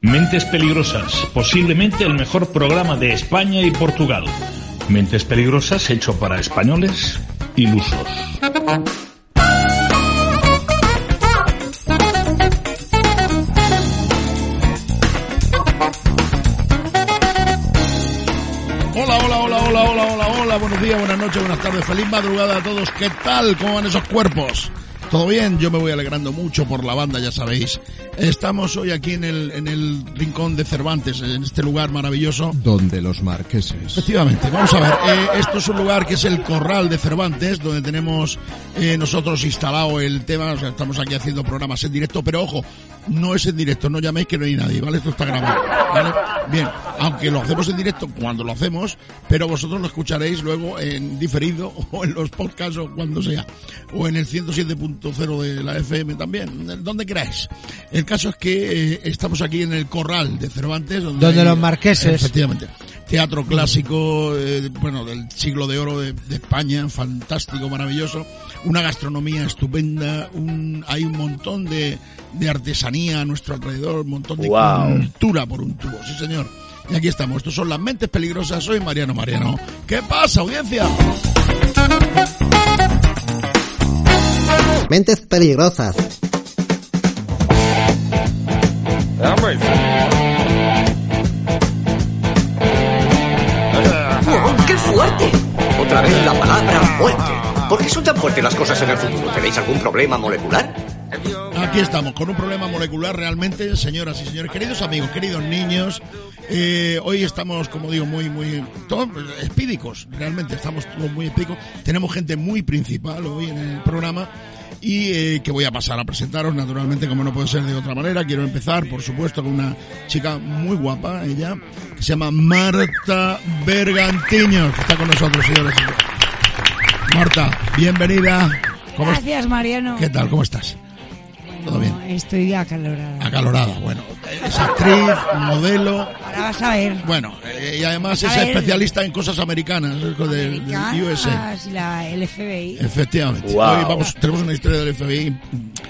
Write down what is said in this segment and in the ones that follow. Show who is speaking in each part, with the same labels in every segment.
Speaker 1: Mentes Peligrosas, posiblemente el mejor programa de España y Portugal. Mentes Peligrosas hecho para españoles ilusos.
Speaker 2: Hola, hola, hola, hola, hola, hola, hola, buenos días, buenas noches, buenas tardes, feliz madrugada a todos. ¿Qué tal? ¿Cómo van esos cuerpos? ¿Todo bien? Yo me voy alegrando mucho por la banda, ya sabéis. Estamos hoy aquí en el, en el rincón de Cervantes, en este lugar maravilloso.
Speaker 3: Donde los marqueses.
Speaker 2: Efectivamente, vamos a ver. eh, esto es un lugar que es el Corral de Cervantes, donde tenemos eh, nosotros instalado el tema. o sea, estamos aquí haciendo programas en directo, pero ojo, no es en directo, no llaméis que no hay nadie, ¿vale? Esto está grabado, ¿vale? Bien, aunque lo hacemos en directo cuando lo hacemos, pero vosotros lo escucharéis luego en diferido o en los podcasts o cuando sea, o en el 107.0 de la FM también, donde queráis. El caso es que eh, estamos aquí en el Corral de Cervantes.
Speaker 4: Donde
Speaker 2: hay-
Speaker 4: los marqueses.
Speaker 2: Efectivamente. Teatro clásico, eh, bueno, del siglo de oro de, de España, fantástico, maravilloso. Una gastronomía estupenda, un- hay un montón de, de artesanía a nuestro alrededor, un montón de cultura por un tubo, sí señor. Y aquí estamos, estos son Las Mentes Peligrosas, soy Mariano Mariano. ¿Qué pasa, audiencia?
Speaker 5: Mentes peligrosas.
Speaker 6: ¡Wow, ¡Qué fuerte! Otra vez la palabra fuerte. ¿Por qué son tan fuertes las cosas en el futuro? ¿Tenéis algún problema molecular?
Speaker 2: Aquí estamos, con un problema molecular realmente, señoras y señores, queridos amigos, queridos niños. eh, hoy estamos, como digo, muy, muy, todos pues, espídicos, realmente estamos todos muy espídicos. Tenemos gente muy principal hoy en el programa y eh, que voy a pasar a presentaros, naturalmente, como no puede ser de otra manera. Quiero empezar, por supuesto, con una chica muy guapa, ella, que se llama Marta Bergantiño, que está con nosotros, señoras y señores. Marta, bienvenida. ¿Cómo est-
Speaker 7: Gracias, Mariano.
Speaker 2: ¿Qué tal? ¿Cómo estás? ¿Todo bien?
Speaker 7: Estoy
Speaker 2: Ah.
Speaker 7: acalorada.
Speaker 2: acalorada, bueno, es actriz, modelo,
Speaker 7: Ahora vas a ver.
Speaker 2: bueno, eh, y además
Speaker 7: A
Speaker 2: es
Speaker 7: ver.
Speaker 2: especialista en cosas americanas, eh, de- del USA.
Speaker 7: Americanas y la, el FBI.
Speaker 2: Efectivamente. Hoy vamos, tenemos una historia del FBI,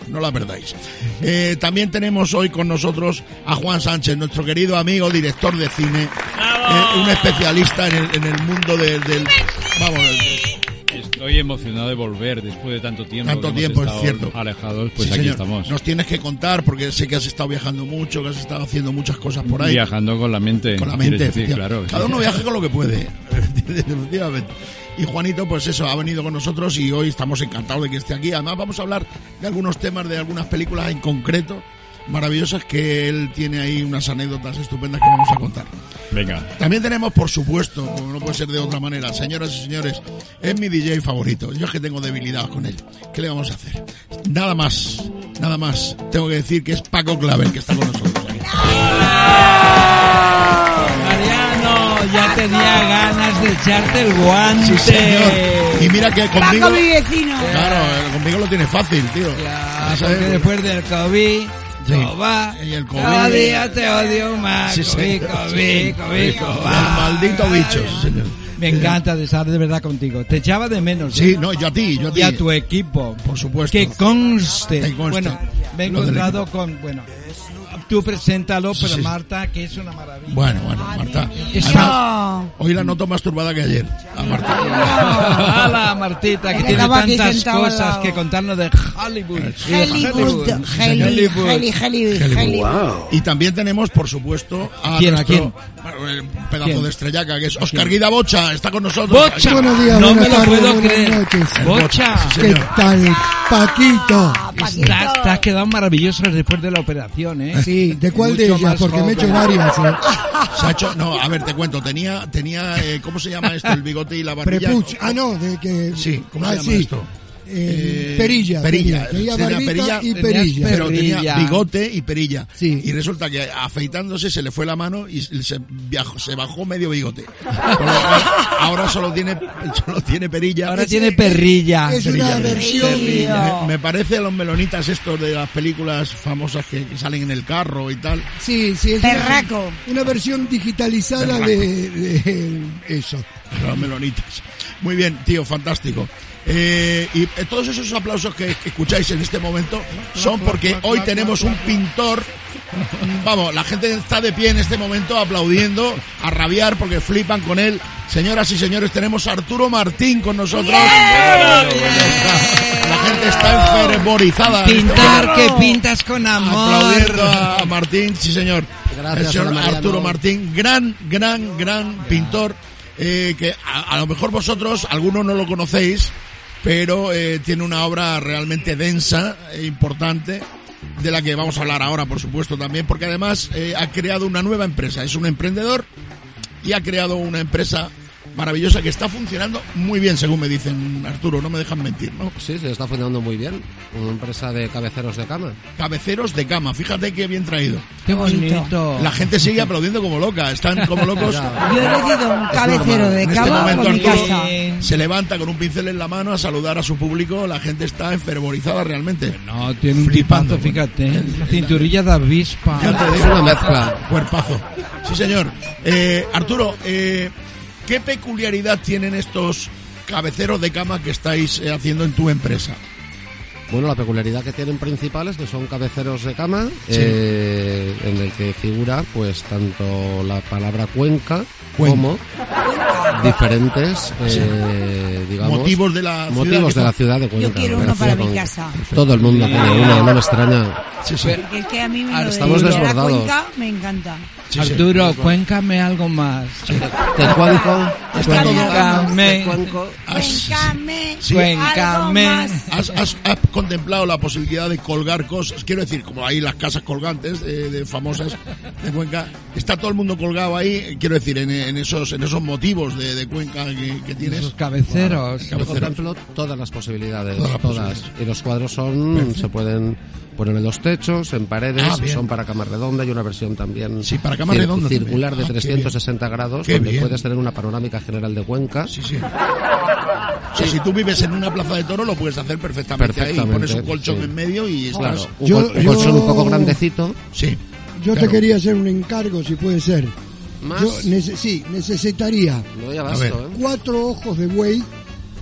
Speaker 2: no la perdáis. Eh, también tenemos hoy con nosotros a Juan Sánchez, nuestro querido amigo, director de cine, eh, un especialista en el, en el mundo de- del... Vamos,
Speaker 8: Estoy emocionado de volver después de tanto tiempo.
Speaker 2: Tanto
Speaker 8: que hemos
Speaker 2: tiempo, es
Speaker 8: estado
Speaker 2: cierto.
Speaker 8: Alejados, pues
Speaker 2: sí,
Speaker 8: aquí
Speaker 2: señor.
Speaker 8: estamos.
Speaker 2: Nos tienes que contar porque sé que has estado viajando mucho, que has estado haciendo muchas cosas por ahí.
Speaker 8: Viajando con la mente.
Speaker 2: Con la mente,
Speaker 8: quieres decir,
Speaker 2: efectivamente.
Speaker 8: claro.
Speaker 2: Cada uno viaja con lo que puede, efectivamente. Y Juanito, pues eso, ha venido con nosotros y hoy estamos encantados de que esté aquí. Además, vamos a hablar de algunos temas, de algunas películas en concreto maravillosas que él tiene ahí unas anécdotas estupendas que vamos a contar.
Speaker 8: Venga.
Speaker 2: También tenemos, por supuesto, como no puede ser de otra manera, señoras y señores, es mi DJ favorito. Yo es que tengo debilidad con él. ¿Qué le vamos a hacer? Nada más, nada más. Tengo que decir que es Paco Clavel que está con nosotros aquí.
Speaker 4: Mariano, ya tenía ganas de echarte el guante.
Speaker 2: Sí, señor. Y mira que conmigo...
Speaker 7: Paco, mi vecino.
Speaker 2: Claro, eh, conmigo lo tiene fácil, tío.
Speaker 4: Claro,
Speaker 2: ¿Sabes?
Speaker 4: porque después del COVID,
Speaker 2: Sí.
Speaker 4: coba,
Speaker 2: Y el COVID.
Speaker 4: cada día te odio más.
Speaker 2: Sí,
Speaker 4: COVID,
Speaker 2: señor.
Speaker 4: COVID, COVID,
Speaker 2: El
Speaker 4: coba.
Speaker 2: maldito bicho, sí, señor.
Speaker 4: Me encanta de estar de verdad contigo. Te echaba de menos.
Speaker 2: Sí,
Speaker 4: ¿eh?
Speaker 2: no, yo a ti, yo a ti.
Speaker 4: y a tu equipo.
Speaker 2: Por supuesto.
Speaker 4: Que conste.
Speaker 2: Que conste.
Speaker 4: Bueno, me he
Speaker 2: Lo del
Speaker 4: encontrado con, bueno, tú preséntalo, pero
Speaker 2: Sí.
Speaker 4: Marta, que es una maravilla.
Speaker 2: Bueno, bueno, Marta.
Speaker 4: Es-
Speaker 2: Además,
Speaker 7: Yo.
Speaker 2: hoy la noto más turbada que ayer. A Marta.
Speaker 4: Hola Martita, que
Speaker 7: Él
Speaker 4: tiene
Speaker 7: estaba aquí
Speaker 4: tantas
Speaker 7: sentado al
Speaker 4: cosas
Speaker 7: lado.
Speaker 4: que contarnos de Hollywood. y de
Speaker 7: Hollywood.
Speaker 4: Hollywood.
Speaker 7: Hollywood. Hollywood. Hollywood.
Speaker 2: Y también tenemos, por supuesto, a
Speaker 4: ¿Quién, a
Speaker 2: nuestro bueno, el pedazo
Speaker 4: ¿Quién?
Speaker 2: de estrellaca, que es Oscar Guida Bocha, está con nosotros.
Speaker 4: Bocha.
Speaker 2: Ahí
Speaker 3: Buenos días,
Speaker 4: no me
Speaker 3: buenas
Speaker 4: lo
Speaker 3: tardes,
Speaker 4: puedo
Speaker 3: buenas
Speaker 4: creer.
Speaker 3: noches.
Speaker 4: Bocha.
Speaker 3: ¿Qué
Speaker 2: Sí, señor.
Speaker 3: tal, Paquito?
Speaker 4: Está- Te has quedado maravilloso después de la operación, ¿eh?
Speaker 3: Sí, ¿de cuál de
Speaker 4: Mucho
Speaker 3: ellas?
Speaker 4: más
Speaker 3: Porque me he hecho
Speaker 4: joven.
Speaker 3: varias. ¿eh?
Speaker 2: Se ha hecho, no, a ver, te cuento, tenía, tenía, eh, ¿cómo se llama esto? El bigote y la barbilla.
Speaker 3: Prepucio. Ah, no, de que.
Speaker 2: Sí, ¿cómo
Speaker 3: ah,
Speaker 2: se llama
Speaker 3: sí.
Speaker 2: esto? eh,
Speaker 8: perilla, perilla, tenía
Speaker 2: tenía
Speaker 8: barbita y
Speaker 2: tenías-
Speaker 8: perilla.
Speaker 2: Pero tenía
Speaker 8: Perilla.
Speaker 2: bigote y perilla. Y resulta que afeitándose se le fue la mano y se, viajó- se bajó medio bigote. Con lo cual, ahora solo tiene, solo tiene perilla.
Speaker 4: Ahora tiene perrilla.
Speaker 2: Es una
Speaker 4: versión.
Speaker 2: Me, me parece a los melonitas estos de las películas famosas que que salen en el carro y tal.
Speaker 8: Sí, sí, es
Speaker 2: Perraco.
Speaker 8: Una, una versión digitalizada
Speaker 2: Perraco.
Speaker 8: de, de- eso.
Speaker 2: Los melonitas. Muy bien, tío, fantástico. Eh, y eh, todos esos aplausos que, que escucháis en este momento son porque hoy tenemos un pintor. Vamos, la gente está de pie en este momento aplaudiendo, a rabiar porque flipan con él. Señoras y señores, tenemos a Arturo Martín con nosotros. La gente está enfervorizada. en este
Speaker 4: Pintar que
Speaker 2: momento.
Speaker 4: pintas con amor.
Speaker 2: Aplaudiendo a Martín, sí señor.
Speaker 4: Gracias,
Speaker 2: El señor
Speaker 4: Ana María,
Speaker 2: Arturo
Speaker 4: no.
Speaker 2: Martín, gran, gran, gran pintor, eh, que a, a lo mejor vosotros, algunos no lo conocéis, pero eh, tiene una obra realmente densa e importante, de la que vamos a hablar ahora, por supuesto, también, porque además eh, ha creado una nueva empresa, es un emprendedor y ha creado una empresa maravillosa que está funcionando muy bien, según me dicen Arturo, no me dejan mentir, ¿no?
Speaker 7: Sí, se está funcionando muy bien. Una empresa de cabeceros de cama.
Speaker 2: cabeceros de cama. Fíjate qué bien traído.
Speaker 7: Qué bonito.
Speaker 2: La gente sigue aplaudiendo como loca. Están como locos.
Speaker 7: Ya. Yo he elegido un
Speaker 2: Es
Speaker 7: cabecero
Speaker 2: normal.
Speaker 7: de
Speaker 2: En este
Speaker 7: cama
Speaker 2: momento,
Speaker 7: con mi
Speaker 2: Arturo
Speaker 7: casa.
Speaker 2: Se levanta con un pincel en la mano a saludar a su público. La gente está enfervorizada realmente.
Speaker 7: Pues
Speaker 4: No, tiene un tipazo, fíjate. ¿eh? Cinturilla de avispa.
Speaker 2: Ya te digo. Cuerpazo. Sí, señor. Eh, Arturo, eh, ¿qué peculiaridad tienen estos cabeceros de cama que estáis eh, haciendo en tu empresa?
Speaker 7: Bueno, la peculiaridad que tienen principales que son cabeceros de cama,
Speaker 2: Sí.
Speaker 7: eh, en el que figura pues tanto la palabra cuenca,
Speaker 2: Cuenca.
Speaker 7: como diferentes eh, digamos
Speaker 2: Motivos de la ciudad
Speaker 7: motivos
Speaker 2: que
Speaker 7: de la
Speaker 2: está-
Speaker 7: ciudad de Cuenca.
Speaker 9: Yo quiero
Speaker 7: me
Speaker 9: uno
Speaker 7: refiero
Speaker 9: para mi
Speaker 7: con-
Speaker 9: casa.
Speaker 7: Todo el mundo tiene uno, no me extraña.
Speaker 9: Porque es que a mí me
Speaker 2: Ah,
Speaker 9: lo de
Speaker 7: Estamos
Speaker 9: la
Speaker 7: desbordados.
Speaker 9: cuenca me encanta.
Speaker 4: Arturo, cuéncame algo más.
Speaker 7: Te cuenco,
Speaker 2: Está todo-
Speaker 4: Cuéncame.
Speaker 2: Has-
Speaker 9: Cuéncame.
Speaker 2: Este Ah, Sí.
Speaker 9: Algo más.
Speaker 2: ¿Has, has- has contemplado la posibilidad de colgar cosas? Quiero decir, como hay las casas colgantes eh, de famosas de Cuenca, está todo el mundo colgado ahí, eh, quiero decir, en, en esos en esos motivos de, de Cuenca que, que tienes.
Speaker 4: Esos cabeceros.
Speaker 7: Yo contemplo todas las posibilidades,
Speaker 2: Todas las
Speaker 7: todas. Y los cuadros son,
Speaker 2: Perfecto.
Speaker 7: se pueden poner en los techos, en paredes,
Speaker 2: Ah, bien.
Speaker 7: son para cama redonda y una versión también
Speaker 2: para cama redonda
Speaker 7: circular
Speaker 2: también. Ah,
Speaker 7: de
Speaker 2: qué
Speaker 7: 360 grados,
Speaker 2: Qué
Speaker 7: donde
Speaker 2: bien.
Speaker 7: puedes tener una panorámica general de Cuenca.
Speaker 2: O sea, si tú vives en una plaza de toro, lo puedes hacer perfectamente, ahí.
Speaker 7: Perfectamente,
Speaker 2: Pones un colchón
Speaker 7: sí.
Speaker 2: en medio y
Speaker 7: Claro,
Speaker 2: estás.
Speaker 7: un, col- un colchón Pues un poco grandecito.
Speaker 2: Sí.
Speaker 8: Yo
Speaker 7: Claro.
Speaker 8: te quería hacer un encargo, si puede ser.
Speaker 7: Más.
Speaker 8: Yo nece- sí, necesitaría
Speaker 7: Me doy
Speaker 2: A
Speaker 7: abasto,
Speaker 2: ver.
Speaker 7: ¿eh?
Speaker 8: cuatro ojos de buey.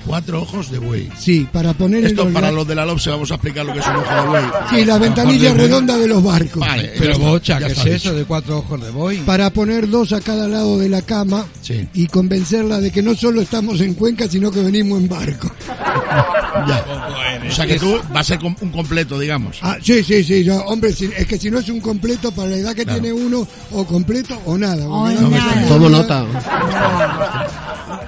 Speaker 2: Cuatro ojos de buey.
Speaker 8: Sí, para poner en
Speaker 2: Esto
Speaker 8: los
Speaker 2: para
Speaker 8: la-
Speaker 2: los de la LOPSE vamos a explicar lo que es un ojo de buey.
Speaker 8: Sí, la ventanilla redonda de los barcos.
Speaker 2: Vale, ya
Speaker 4: Pero
Speaker 2: está,
Speaker 4: bocha,
Speaker 2: ya
Speaker 4: ¿qué es
Speaker 2: está dicho.
Speaker 4: eso de cuatro ojos de boy?
Speaker 8: Para poner dos a cada lado de la cama
Speaker 2: Sí.
Speaker 8: y convencerla de que no solo estamos en Cuenca, sino que venimos en barco.
Speaker 2: Ya. O sea que tú vas a ser com- un completo, digamos.
Speaker 8: Ah, sí, sí, sí. yo- hombre, si- es que si no es un completo para la edad que tiene uno, o completo o nada. o nada.
Speaker 7: Tomo nota.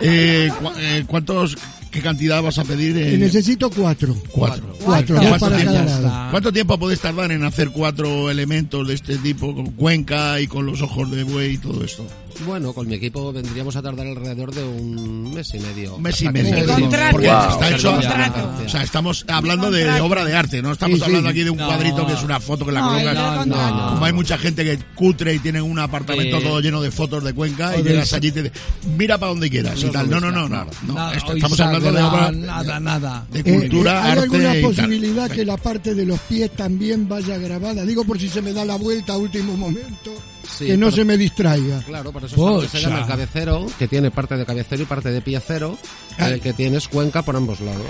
Speaker 2: Eh, cu- eh, ¿Cuántos, qué cantidad vas a pedir? eh?
Speaker 8: Y necesito cuatro.
Speaker 2: Cuatro.
Speaker 8: Cuatro, dos
Speaker 2: ¿Cuánto
Speaker 8: para
Speaker 2: tiempo,
Speaker 8: cada lado.
Speaker 2: ¿Cuánto tiempo podéis tardar en hacer cuatro elementos de este tipo con cuenca y con los ojos de buey y todo esto?
Speaker 7: Bueno, con mi equipo vendríamos a tardar alrededor de un mes y medio.
Speaker 2: Un mes y
Speaker 7: Hasta que
Speaker 2: medio.
Speaker 7: lleguemos.
Speaker 2: Porque está
Speaker 7: Hasta
Speaker 2: hecho-
Speaker 7: que lleguemos a la
Speaker 2: o
Speaker 7: distancia.
Speaker 2: sea, estamos hablando de, de obra de arte, no estamos
Speaker 7: Sí, sí.
Speaker 2: hablando aquí de un
Speaker 7: No.
Speaker 2: cuadrito que es una foto que la
Speaker 7: No,
Speaker 2: colocas.
Speaker 7: no, no,
Speaker 2: Como hay mucha gente que cutre y tiene un apartamento
Speaker 7: Sí.
Speaker 2: todo lleno de fotos de Cuenca y
Speaker 4: O de
Speaker 2: llegas
Speaker 4: esa-
Speaker 2: allí y te dice, mira para donde quieras y
Speaker 4: No,
Speaker 2: tal.
Speaker 4: no,
Speaker 2: No, no, no, no.
Speaker 4: nada,
Speaker 2: no.
Speaker 4: nada,
Speaker 2: Esto-
Speaker 4: hoy
Speaker 2: estamos
Speaker 4: sabe
Speaker 2: hablando de
Speaker 4: nada,
Speaker 2: obra
Speaker 4: nada, nada.
Speaker 2: de
Speaker 8: Eh,
Speaker 2: cultura,
Speaker 8: ¿Hay
Speaker 2: arte
Speaker 8: alguna
Speaker 2: y tal.
Speaker 8: posibilidad que la parte de los pies también vaya grabada? Digo por si se me da la vuelta a último momento,
Speaker 7: Sí,
Speaker 8: que no
Speaker 7: pero-
Speaker 8: se me distraiga.
Speaker 7: Claro, por eso está lo que se llama el cabecero, que tiene parte de cabecero y parte de piecero, en el que tienes cuenca por ambos lados.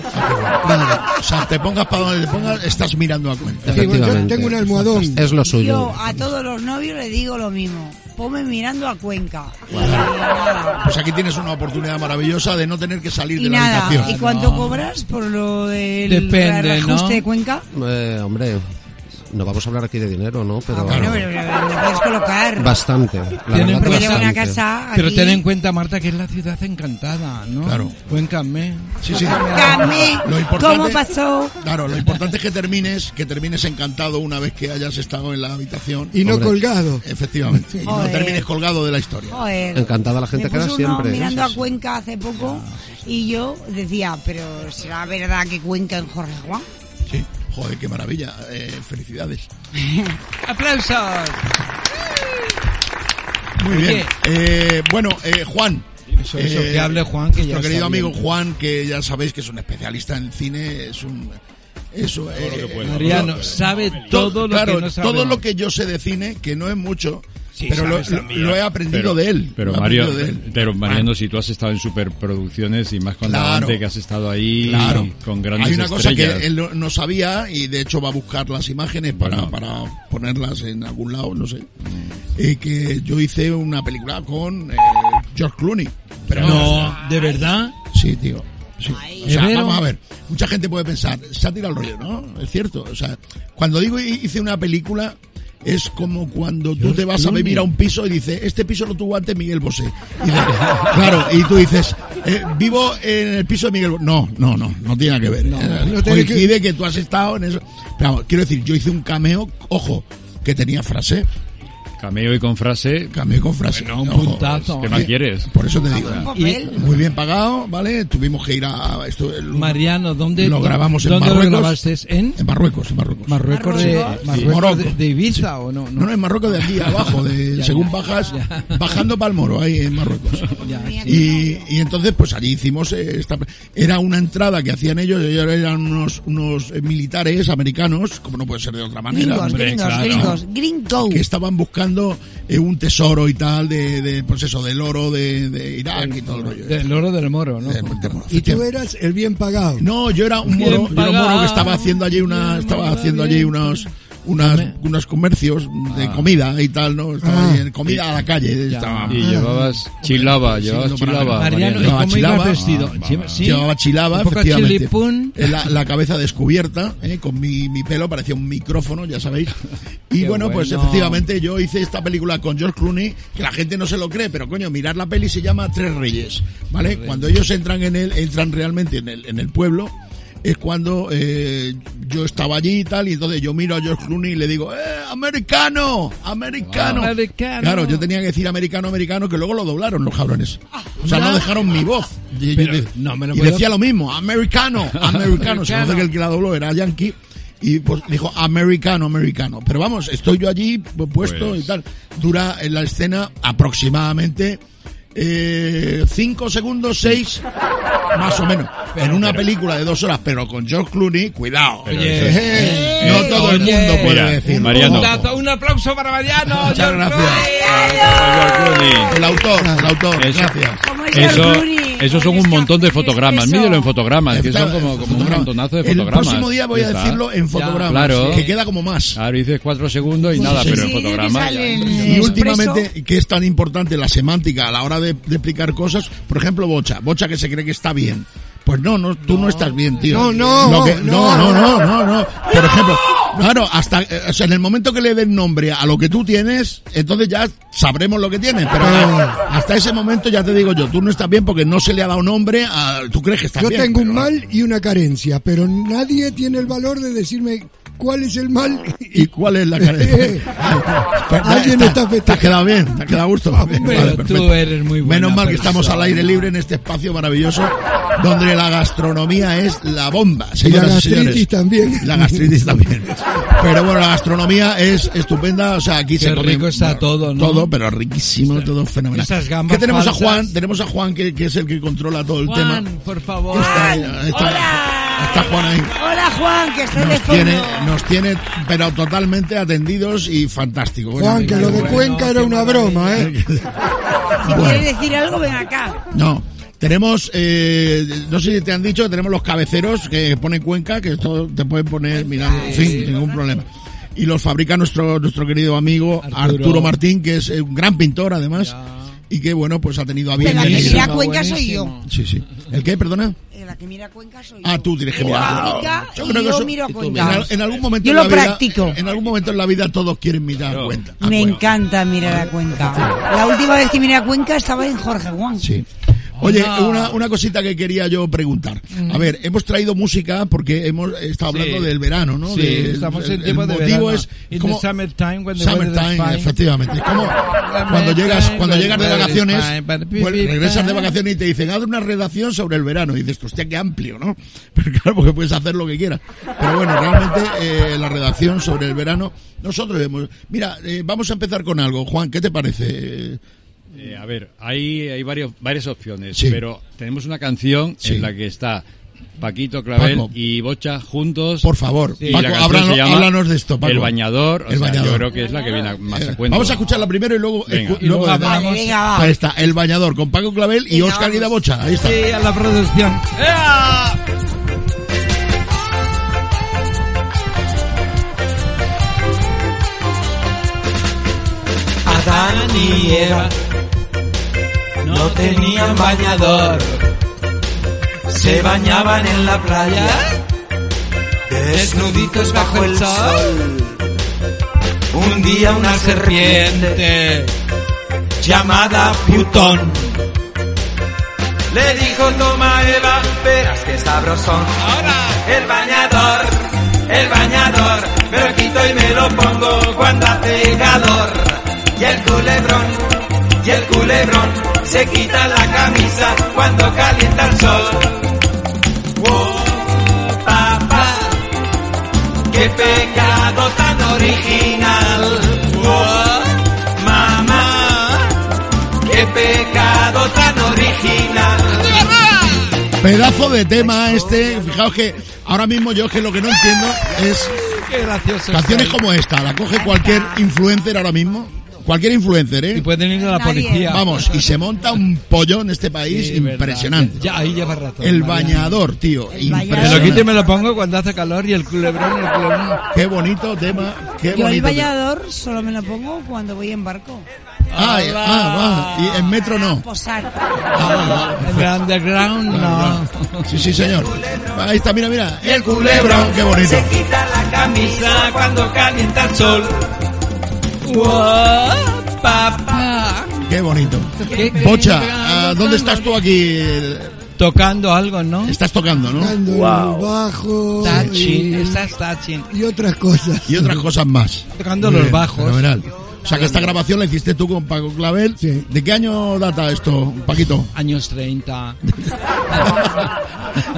Speaker 2: Vale. O sea, te pongas para donde te pongas, estás mirando a Cuenca.
Speaker 7: Sí, bueno, yo tengo un almohadón. Es lo suyo.
Speaker 9: Yo a todos los novios les digo lo mismo. Ponme mirando a Cuenca.
Speaker 2: Pues aquí tienes una oportunidad maravillosa de no tener que salir
Speaker 9: Y
Speaker 2: de la
Speaker 9: nada.
Speaker 2: habitación.
Speaker 9: ¿Y cuánto cobras por lo del
Speaker 7: Depende,
Speaker 9: ajuste
Speaker 7: ¿no?
Speaker 9: de Cuenca?
Speaker 7: Eh, hombre, No vamos a hablar aquí de dinero, ¿no? Pero
Speaker 8: Bueno, pero, pero lo puedes colocar.
Speaker 7: bastante. la
Speaker 8: Tienen
Speaker 7: verdad
Speaker 8: porque lleva
Speaker 7: bastante.
Speaker 8: una casa
Speaker 10: Pero
Speaker 8: aquí.
Speaker 10: ten en cuenta, Marta, que es la ciudad encantada, ¿no?
Speaker 2: Claro.
Speaker 10: Cuéncame.
Speaker 2: Sí, sí.
Speaker 8: Cuéntame, ¿cómo pasó?
Speaker 2: Claro, lo importante es que termines, que termines encantado una vez que hayas estado en la habitación.
Speaker 5: Y no colgado.
Speaker 2: Efectivamente. Y no
Speaker 8: Joder. Oh.
Speaker 2: termines colgado de la historia.
Speaker 8: Joder.
Speaker 7: Encantada la gente
Speaker 8: Me
Speaker 7: que era
Speaker 8: puso uno
Speaker 7: siempre, ¿eh?
Speaker 8: mirando
Speaker 7: Sí,
Speaker 8: a Cuenca hace poco y yo decía, pero ¿será verdad que Cuenca en Jorge Juan?
Speaker 2: Sí. Joder, qué maravilla. Eh, felicidades.
Speaker 10: ¡Aplausos!
Speaker 2: Muy
Speaker 10: Oye.
Speaker 2: bien. Eh, bueno, eh, Juan. Eh,
Speaker 10: Eso, eso, que hable Juan, que ya
Speaker 2: Nuestro
Speaker 10: está
Speaker 2: querido
Speaker 10: bien.
Speaker 2: amigo Juan, que ya sabéis que es un especialista en cine, es un... Eso,
Speaker 10: lo que puede. Mariano, sabe todo lo
Speaker 2: claro,
Speaker 10: que no
Speaker 2: todo
Speaker 10: sabemos.
Speaker 2: lo que yo sé de cine, que no es mucho,
Speaker 10: Sí,
Speaker 2: pero lo,
Speaker 10: sabes
Speaker 2: lo-
Speaker 10: también.
Speaker 2: lo he aprendido
Speaker 1: Pero-
Speaker 2: de él.
Speaker 1: Pero
Speaker 2: lo he
Speaker 1: Mario,
Speaker 2: aprendido de él. Ah.
Speaker 1: pero Mariano, si tú has estado en superproducciones y más con
Speaker 2: Claro.
Speaker 1: Davante, que has estado ahí
Speaker 2: Claro.
Speaker 1: con grandes
Speaker 2: Hay una cosa que
Speaker 1: estrellas.
Speaker 2: él no- no sabía y de hecho va a buscar las imágenes para, para ponerlas en algún lado, no sé. Eh, que yo hice una película con eh, George Clooney. Pero vamos,
Speaker 10: no, ¿de verdad?
Speaker 2: Sí, tío. Sí. O sea,
Speaker 10: Evero.
Speaker 2: vamos a ver. Mucha gente puede pensar, se ha tirado el rollo, ¿no? Es cierto. O sea, cuando digo hi- hice una película, es como cuando tú te vas a
Speaker 1: Clooney.
Speaker 2: vivir a un piso y dices, este piso lo tuvo antes Miguel Bosé. Y dices, claro, y tú dices, eh, vivo en el piso de Miguel Bosé. No, no, no, no tiene nada que ver. Eh,
Speaker 5: no tiene que-
Speaker 2: Coincide que tú has estado en eso. Pero vamos, quiero decir, yo hice un cameo, ojo, que tenía frase.
Speaker 1: Cameo y con frase.
Speaker 2: Cameo con frase.
Speaker 1: No, un
Speaker 2: Ojo,
Speaker 1: puntazo. ¿Qué más quieres?
Speaker 2: Por eso te digo.
Speaker 10: papel.
Speaker 2: Muy bien pagado, ¿vale? Tuvimos que ir a... Esto, el-
Speaker 10: Mariano, ¿dónde
Speaker 2: Lo grabamos en
Speaker 10: Este, ¿dónde
Speaker 2: Marruecos.
Speaker 10: lo grabaste? ¿En?
Speaker 2: En Marruecos, en Marruecos.
Speaker 10: Marruecos de,
Speaker 2: Sí.
Speaker 10: Marruecos de,
Speaker 2: Morocco.
Speaker 10: de Ibiza o no?
Speaker 2: No, no, en Marruecos de aquí abajo, de,
Speaker 10: Ya,
Speaker 2: según
Speaker 10: ya,
Speaker 2: bajas, bajando para el moro, ahí en Marruecos.
Speaker 10: Ya,
Speaker 2: Y, y entonces, pues allí hicimos eh, esta. Era una entrada que hacían ellos, ellos eran unos, unos eh, militares americanos, como no puede ser de otra manera.
Speaker 8: Gringos,
Speaker 2: hombre,
Speaker 8: gringos,
Speaker 2: claro.
Speaker 8: gringos, gringo.
Speaker 2: Que estaban buscando eh, un tesoro y tal, de, de, pues eso, del oro de, de Irak y todo el rollo.
Speaker 10: Del oro del moro, ¿no?
Speaker 2: Eh,
Speaker 5: Y tú eras el bien pagado.
Speaker 2: No, yo era un moro, yo era un moro que estaba haciendo allí una, estaba haciendo allí unos unas, unos comercios de
Speaker 5: Ah.
Speaker 2: comida y tal, ¿no? Estaba ahí en comida a la calle. Estaba,
Speaker 1: Y llevabas chilaba, llevabas
Speaker 2: Siendo
Speaker 1: chilaba.
Speaker 2: para-
Speaker 10: Mariano, ¿y
Speaker 2: Llevaba
Speaker 10: cómo
Speaker 2: chilaba.
Speaker 10: ibas vestido?
Speaker 2: Ah,
Speaker 10: Lleva- sí.
Speaker 2: Llevaba chilaba,
Speaker 10: Un poco
Speaker 2: efectivamente.
Speaker 10: chilipún.
Speaker 2: Eh, La, la cabeza descubierta, eh, con mi, mi pelo, parecía un micrófono, ya sabéis. Y
Speaker 1: Qué
Speaker 2: bueno, pues
Speaker 1: bueno.
Speaker 2: efectivamente yo hice esta película con George Clooney, que la gente no se lo cree, pero coño, mirar la peli se llama Tres Reyes, ¿vale? Cuando ellos entran en el, entran realmente en el, en el pueblo, es cuando eh, yo estaba allí y tal, y entonces yo miro a George Clooney y le digo, ¡eh, americano! ¡Americano!
Speaker 10: Wow. Americano.
Speaker 2: Claro, yo tenía que decir americano, americano, que luego lo doblaron los cabrones. O sea, no
Speaker 10: Ya.
Speaker 2: dejaron mi voz. Y- y-
Speaker 10: Pero,
Speaker 2: y-
Speaker 10: no me lo
Speaker 2: y
Speaker 10: puedo-
Speaker 2: decía lo mismo, americano, americano. Se conoce que el que la dobló era yankee. Y pues dijo americano, americano. Pero vamos, estoy yo allí pu- puesto
Speaker 1: Pues-
Speaker 2: y tal. Dura en la escena aproximadamente 5 segundos, 6 más o menos. en una película de dos horas, pero con George Clooney, cuidado.
Speaker 1: Pero
Speaker 10: Oye,
Speaker 1: eso-
Speaker 2: Eh, no todo el
Speaker 10: oye.
Speaker 2: mundo puede
Speaker 1: Mira,
Speaker 2: decir.
Speaker 1: Mariano.
Speaker 10: Un dato, un aplauso para Mariano.
Speaker 2: Muchas
Speaker 10: John
Speaker 2: gracias. El autor, el autor,
Speaker 1: Eso.
Speaker 2: gracias.
Speaker 8: Como el
Speaker 1: Eso,
Speaker 8: George Clooney.
Speaker 1: eso son un montón de fotogramas.
Speaker 8: Eso.
Speaker 1: Mídelo en fotogramas, que son
Speaker 2: Está-
Speaker 1: como, como un
Speaker 2: fotograma.
Speaker 1: montonazo de
Speaker 2: El
Speaker 1: fotogramas.
Speaker 2: próximo día voy a
Speaker 1: Ya está.
Speaker 2: decirlo en fotogramas.
Speaker 1: Claro.
Speaker 2: Que queda como más.
Speaker 1: Ahora dices cuatro segundos y nada,
Speaker 2: Pues sí,
Speaker 1: pero
Speaker 2: sí,
Speaker 1: en
Speaker 8: sí,
Speaker 1: fotogramas.
Speaker 8: que sale
Speaker 1: ya-
Speaker 8: en-
Speaker 2: Y
Speaker 8: Expreso.
Speaker 2: últimamente, que es tan importante la semántica a la hora de, de explicar cosas, por ejemplo, bocha, bocha que se cree que está bien. Pues no, no, tú no, estás bien, tío.
Speaker 5: No, no,
Speaker 2: Lo que- no,
Speaker 5: no.
Speaker 2: no, no, no, no. Por ejemplo, claro, hasta, eh, o sea, en el momento que le den nombre a lo que tú tienes, entonces ya sabremos lo que tienes, pero hasta ese momento ya te digo yo, tú no estás bien porque no se le ha dado nombre a, tú crees que estás
Speaker 5: Yo
Speaker 2: bien.
Speaker 5: tengo un
Speaker 2: pero-
Speaker 5: mal y una carencia, pero nadie tiene el valor de decirme cuál es el mal.
Speaker 2: ¿Y cuál es la
Speaker 10: Eh,
Speaker 2: carencia?
Speaker 5: Alguien
Speaker 2: Pues, Está-
Speaker 5: está
Speaker 2: Te ha
Speaker 5: festejando.
Speaker 2: quedado bien, te ha quedado a gusto.
Speaker 10: Pero tú eres muy buena
Speaker 2: Menos mal que
Speaker 10: persona.
Speaker 2: estamos al aire libre en este espacio maravilloso donde la gastronomía es la bomba.
Speaker 5: Y la
Speaker 2: señoras y señores.
Speaker 5: gastritis también.
Speaker 2: La gastritis también. Pero bueno, la gastronomía es estupenda. O sea, aquí se
Speaker 10: Qué
Speaker 2: come
Speaker 10: rico está
Speaker 2: bueno,
Speaker 10: todo, ¿no?
Speaker 2: Todo, pero riquísimo, todo fenomenal.
Speaker 10: Esas gambas
Speaker 2: ¿Qué tenemos a
Speaker 10: falsas.
Speaker 2: Juan? Tenemos a Juan que, que es el que controla todo el tema.
Speaker 10: Juan, por favor.
Speaker 2: Está, está-
Speaker 8: Hola.
Speaker 2: está Juan ahí
Speaker 8: Hola Juan, que estoy de
Speaker 2: nos
Speaker 8: fondo.
Speaker 2: tiene, nos tiene, pero totalmente atendidos y fantástico. Bueno,
Speaker 5: Juan, que lo de
Speaker 2: bueno.
Speaker 5: Cuenca era una broma, ¿eh?
Speaker 8: Si
Speaker 2: Bueno.
Speaker 8: quieres decir algo, ven acá.
Speaker 2: No, tenemos, eh, no sé si te han dicho, tenemos los cabeceros que pone Cuenca, que esto te pueden poner mirando, sin ningún problema. Y los fabrica nuestro, nuestro querido amigo Arturo,
Speaker 10: Arturo.
Speaker 2: Martín, que es eh, un gran pintor además. y que, bueno, pues ha tenido a bien.
Speaker 8: Pero la que
Speaker 2: venir.
Speaker 8: mira Cuenca soy yo.
Speaker 2: Sí, sí. ¿El qué, perdona?
Speaker 8: Eh, La que mira a Cuenca soy
Speaker 2: Ah, tú tienes que
Speaker 8: Mira
Speaker 2: mirar.
Speaker 8: a Cuenca
Speaker 2: Yo
Speaker 8: y
Speaker 2: creo que
Speaker 8: yo
Speaker 2: eso-
Speaker 8: miro a
Speaker 2: en
Speaker 8: Cuenca.
Speaker 2: al- En, algún momento
Speaker 8: Yo
Speaker 2: en
Speaker 8: lo
Speaker 2: la vida-
Speaker 8: practico.
Speaker 2: En algún momento en la vida todos quieren mirar a cuenta.
Speaker 8: Me encanta mirar a Cuenca. La última vez que miré a Cuenca estaba en Jorge Juan.
Speaker 2: Sí.
Speaker 8: Oh,
Speaker 2: Oye, una, una cosita que quería yo preguntar.
Speaker 8: Mm.
Speaker 2: A ver, hemos traído música porque hemos estado
Speaker 4: Sí.
Speaker 2: hablando del verano, ¿no?
Speaker 4: Sí,
Speaker 2: De-
Speaker 4: estamos
Speaker 2: el-
Speaker 4: en tiempo
Speaker 2: el
Speaker 4: de
Speaker 2: motivo
Speaker 4: verano.
Speaker 2: es
Speaker 4: In
Speaker 2: como-
Speaker 4: the summertime, when the weather
Speaker 2: Summertime,
Speaker 4: is fine.
Speaker 2: efectivamente. Es como cuando
Speaker 4: Summertime,
Speaker 2: llegas, cuando
Speaker 4: when
Speaker 2: llegas
Speaker 4: the
Speaker 2: de
Speaker 4: weather is
Speaker 2: vacaciones,
Speaker 4: fine, but
Speaker 2: vuel-
Speaker 4: be- be
Speaker 2: regresas de
Speaker 4: fine.
Speaker 2: vacaciones y te dicen, haz una redacción sobre el verano. Y dices, hostia, qué amplio, ¿no? Pero claro, porque puedes hacer lo que quieras. Pero bueno, realmente eh, la redacción sobre el verano, nosotros hemos... Mira, eh, vamos a empezar con algo. Juan, ¿qué te parece?
Speaker 1: Eh, a ver, hay, hay varios, varias opciones,
Speaker 2: Sí.
Speaker 1: pero tenemos una canción
Speaker 2: Sí.
Speaker 1: en la que está Paquito Clavel
Speaker 2: Paco.
Speaker 1: y Bocha juntos.
Speaker 2: Por favor,
Speaker 1: Y
Speaker 2: Paco,
Speaker 1: la canción
Speaker 2: háblanos-
Speaker 1: se llama
Speaker 2: háblanos de esto, Paco.
Speaker 1: El bañador, o
Speaker 2: El
Speaker 1: sea,
Speaker 2: Bañador. Eh,
Speaker 1: yo creo que es la que viene a- más a cuento.
Speaker 2: Vamos a escucharla primero y luego,
Speaker 1: Venga.
Speaker 2: escu-
Speaker 1: Y luego
Speaker 2: le
Speaker 1: hablamos.
Speaker 2: damos-
Speaker 1: Venga, va.
Speaker 2: Ahí está, El Bañador con Paco Clavel y Óscar Guidabocha. Ahí está.
Speaker 4: Sí, a la producción.
Speaker 10: Adán y Eva no tenían bañador, se bañaban en la playa, desnuditos bajo el sol. Un día una serpiente llamada Plutón le dijo toma Eva, verás que sabrosón. Ahora el bañador, el bañador, me lo quito y me lo pongo cuando hace calor. Y el culebrón, y el culebrón se quita la camisa cuando calienta el sol. Oh, papá, qué pecado tan original. Oh, mamá, qué pecado tan original.
Speaker 2: Pedazo de tema este. Fijaos que ahora mismo yo que lo que no entiendo es
Speaker 4: Qué gracioso.
Speaker 2: canciones
Speaker 4: está.
Speaker 2: como esta. La coge cualquier influencer ahora mismo. Cualquier influencer, ¿eh? Y
Speaker 4: pueden ir a la Nadie. policía.
Speaker 2: Vamos, y se monta un pollo en este país
Speaker 4: Sí,
Speaker 2: impresionante.
Speaker 4: verdad. Ya, ahí lleva razón.
Speaker 2: El
Speaker 4: Mariano.
Speaker 2: bañador, tío.
Speaker 4: Me lo quito y
Speaker 2: Impresionante.
Speaker 4: me lo pongo cuando hace calor y el culebrón y el culebrón.
Speaker 2: Qué bonito tema. Qué
Speaker 8: Yo el
Speaker 2: bonito tema.
Speaker 8: vallador solo me lo pongo cuando voy en barco.
Speaker 2: Ay, ah, va. Y en metro no. Ah,
Speaker 8: Posar.
Speaker 4: En el underground no.
Speaker 2: Sí, sí, señor. Ahí está, mira, mira. El culebrón, qué bonito.
Speaker 10: Se quita la camisa cuando calienta el sol. Wow, papá.
Speaker 2: Qué bonito. Bocha, ¿a ¿dónde estás tú aquí?
Speaker 4: Tocando algo, ¿no?
Speaker 2: Estás tocando, ¿no?
Speaker 5: Tocando el bajo
Speaker 4: Touching,
Speaker 5: y,
Speaker 4: estás touching.
Speaker 5: y otras cosas.
Speaker 2: Y otras cosas más.
Speaker 4: Tocando
Speaker 2: Muy
Speaker 4: los
Speaker 2: bien,
Speaker 4: bajos.
Speaker 2: fenomenal. O sea que esta grabación la hiciste tú con Paco Clavel. ¿De qué año data esto, Paquito?
Speaker 4: Años 30.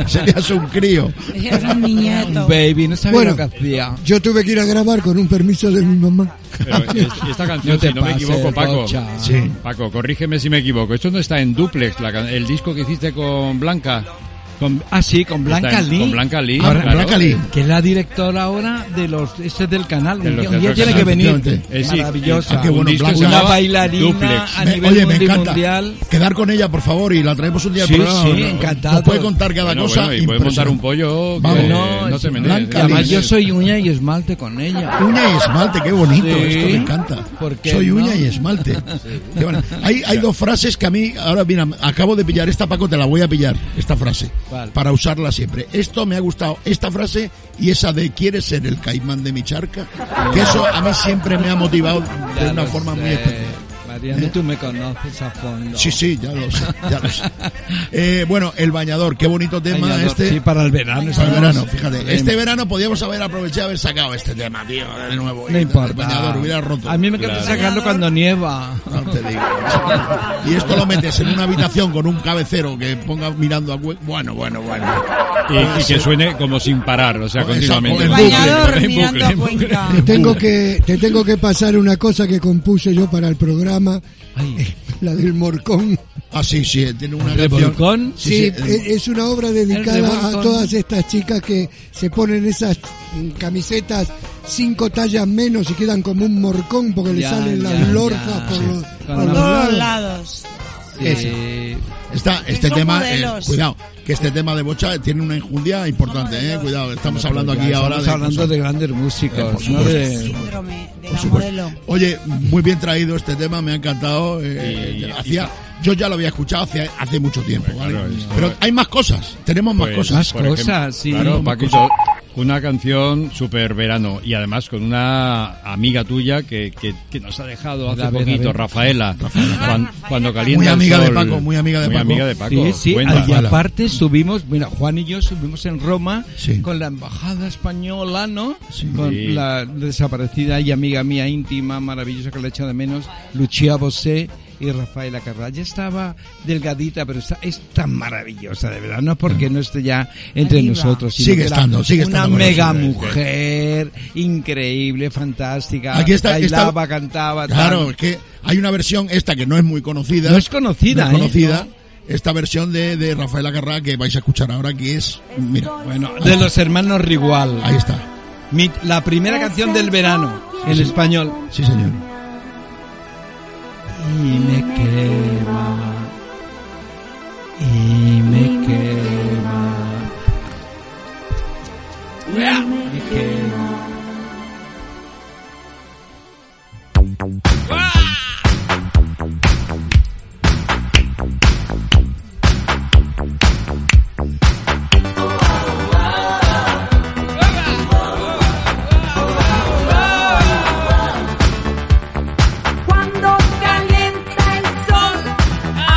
Speaker 2: Serías un crío.
Speaker 8: Eres un niñato.
Speaker 4: Baby, no sabía
Speaker 5: Bueno.
Speaker 4: lo que hacía.
Speaker 5: Yo tuve que ir a grabar con un permiso de mi mamá.
Speaker 1: Pero es- esta canción,
Speaker 4: No te
Speaker 1: si no me
Speaker 4: pases,
Speaker 1: equivoco, Paco.
Speaker 4: Bocha.
Speaker 2: Sí.
Speaker 1: Paco, corrígeme si me equivoco. Esto no está en duplex, la can- el disco que hiciste con Blanca.
Speaker 4: Con, ah, sí, con Blanca
Speaker 1: Está en-
Speaker 4: Lee.
Speaker 1: con Blanca Lee,
Speaker 4: Ahora,
Speaker 1: claro. Blanca Lee.
Speaker 4: Que es la directora ahora de los. Este es del canal.
Speaker 1: De
Speaker 4: un
Speaker 1: los
Speaker 4: día- un día
Speaker 1: del
Speaker 4: tiene que
Speaker 1: canal,
Speaker 4: venir.
Speaker 1: efectivamente. Eh, sí.
Speaker 4: Maravillosa.
Speaker 1: Ah, qué bueno,
Speaker 4: Un disco
Speaker 1: Blanca.
Speaker 4: Una
Speaker 1: llamaba
Speaker 4: bailarina
Speaker 1: Duplex.
Speaker 4: a
Speaker 2: Me-
Speaker 4: nivel
Speaker 2: oye, me
Speaker 4: mundi-
Speaker 2: encanta.
Speaker 4: mundial.
Speaker 2: Quedar con ella, por favor, y la traemos un día al
Speaker 4: Sí,
Speaker 2: programa.
Speaker 4: sí,
Speaker 2: Nos-
Speaker 4: encantado.
Speaker 2: Nos puede contar cada
Speaker 1: Bueno, bueno,
Speaker 2: cosa.
Speaker 1: y puedes montar
Speaker 2: impresionante.
Speaker 1: un pollo que
Speaker 2: Vamos. Eh,
Speaker 1: no te menees.
Speaker 2: Blanca
Speaker 4: Y además
Speaker 2: Lee.
Speaker 4: yo soy uña y esmalte con ella.
Speaker 2: Uña y esmalte, qué bonito,
Speaker 4: Sí.
Speaker 2: esto me encanta.
Speaker 4: ¿Por qué
Speaker 2: Soy
Speaker 4: no?
Speaker 2: uña y esmalte. Qué bueno. Hay, hay dos frases que a mí, ahora mira, acabo de pillar esta, Paco, te la voy a pillar, esta frase,
Speaker 4: ¿Cuál?
Speaker 2: para usarla siempre. Esto me ha gustado, esta frase y esa de ¿Quieres ser el caimán de mi charca? Que eso a mí siempre me ha motivado de
Speaker 4: Ya
Speaker 2: una
Speaker 4: lo
Speaker 2: forma
Speaker 4: sé,
Speaker 2: muy especial.
Speaker 4: este, Mariano,
Speaker 2: ¿Eh?
Speaker 4: tú me conoces a fondo.
Speaker 2: Sí, sí, ya lo sé, ya lo sé. Eh, bueno, el bañador, qué bonito tema
Speaker 4: Bañador,
Speaker 2: este.
Speaker 4: sí, para el verano.
Speaker 2: Para el
Speaker 4: estamos
Speaker 2: verano, fíjate.
Speaker 4: bien.
Speaker 2: Este verano podíamos haber aprovechado y haber sacado este tema, tío, de nuevo.
Speaker 4: No
Speaker 2: El
Speaker 4: importa.
Speaker 2: bañador hubiera roto.
Speaker 4: A mí me encanta
Speaker 2: Claro.
Speaker 4: sacarlo cuando nieva.
Speaker 2: No te digo. Y esto lo metes en una habitación con un cabecero que ponga mirando a... hue- Bueno, bueno, bueno.
Speaker 1: Y, y que suene como sin parar, o sea,
Speaker 2: Exacto,
Speaker 1: continuamente. En
Speaker 2: en bucle,
Speaker 1: bucle, en
Speaker 8: mirando
Speaker 1: bucle,
Speaker 8: a
Speaker 1: en bucle.
Speaker 8: Cuenca.
Speaker 5: Te tengo que, te tengo que pasar una cosa que compuse yo para el programa, la del Morcón.
Speaker 2: Ah, sí, sí, tiene una
Speaker 4: ¿El
Speaker 2: canción. eh,
Speaker 4: volcón?
Speaker 5: Sí,
Speaker 2: el-
Speaker 5: e- es una obra
Speaker 4: El
Speaker 5: dedicada
Speaker 4: revolcón.
Speaker 5: a todas estas chicas que se ponen esas mm, camisetas cinco tallas menos y quedan como un morcón porque le
Speaker 4: Ya,
Speaker 5: salen
Speaker 4: ya,
Speaker 5: las
Speaker 4: ya.
Speaker 5: lorjas por
Speaker 4: Sí.
Speaker 5: los,
Speaker 4: Con
Speaker 5: por
Speaker 4: la-
Speaker 5: los
Speaker 8: Todos
Speaker 5: lados.
Speaker 8: lados.
Speaker 2: Ese. eh, Está, este
Speaker 1: Son
Speaker 2: tema, eh,
Speaker 1: modelos.
Speaker 2: cuidado, que este tema de Bocha tiene una injundia importante, eh, cuidado, estamos hablando aquí
Speaker 4: Estamos
Speaker 2: ahora de...
Speaker 4: hablando
Speaker 2: cosas-
Speaker 4: de grandes
Speaker 2: Eh, por
Speaker 4: músicos, no
Speaker 2: supuesto,
Speaker 4: de-
Speaker 2: por supuesto. Por supuesto. Oye, muy bien traído este tema, me ha encantado. eh, hacía, yo ya lo había escuchado hace, hace mucho tiempo, ¿vale? Pero hay más cosas, tenemos más
Speaker 1: Pues,
Speaker 2: cosas.
Speaker 1: por ejemplo, Claro,
Speaker 2: Tenemos más
Speaker 1: Paquito, una canción super verano y además con una amiga tuya que, que, que nos ha dejado hace
Speaker 2: A ver, a
Speaker 1: poquito,
Speaker 2: ver.
Speaker 1: Rafaela, cuan- cuando calienta
Speaker 2: Muy
Speaker 1: el
Speaker 2: amiga de
Speaker 1: sol.
Speaker 2: Paco, muy amiga de Paco.
Speaker 1: Paco.
Speaker 4: Sí, sí,
Speaker 1: Cuenta.
Speaker 4: y aparte subimos, mira, Juan y yo subimos en Roma
Speaker 1: Sí.
Speaker 4: con la embajada española, ¿no? Con
Speaker 1: Sí.
Speaker 4: la desaparecida y amiga mía íntima, maravillosa que la he echado de menos, Lucia Bosé y Rafaela Carrà. Ya estaba delgadita, pero está, es tan maravillosa, de verdad, no porque no esté ya entre
Speaker 2: Arriba.
Speaker 4: nosotros. sino
Speaker 2: Sigue
Speaker 4: que era
Speaker 2: estando, sigue estando
Speaker 4: Una
Speaker 2: con
Speaker 4: mega
Speaker 2: nosotros.
Speaker 4: mujer, increíble, fantástica.
Speaker 2: Aquí está, aquí está-
Speaker 4: bailaba, cantaba. tal.
Speaker 2: Claro, es que hay una versión esta que no es muy conocida.
Speaker 4: No es conocida,
Speaker 2: No
Speaker 4: ¿eh?
Speaker 2: es conocida. Esta versión de, de Rafael Acarrá que vais a escuchar ahora, que es. Mira.
Speaker 4: Bueno, de los hermanos Rigual.
Speaker 2: Ahí está.
Speaker 4: Mi- la primera canción del verano, en español.
Speaker 2: Sí, señor.
Speaker 4: Y me quema. Y me quema. Me quema.
Speaker 11: Cuando calienta el sol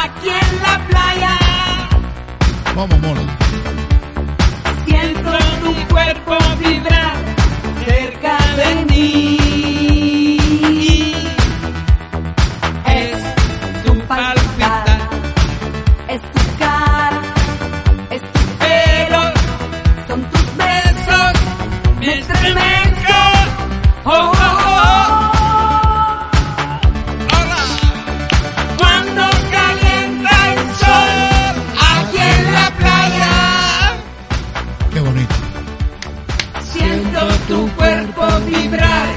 Speaker 11: aquí en la playa,
Speaker 2: Vamos, mola.
Speaker 11: siento tu cuerpo vibrar cerca de mí. Es tu palpitar, es tu cara, es tu pelo, son tus besos, me estremezco. Oh, oh, oh. Cuando calienta el sol aquí en la playa,
Speaker 2: Qué bonito.
Speaker 11: siento tu cuerpo vibrar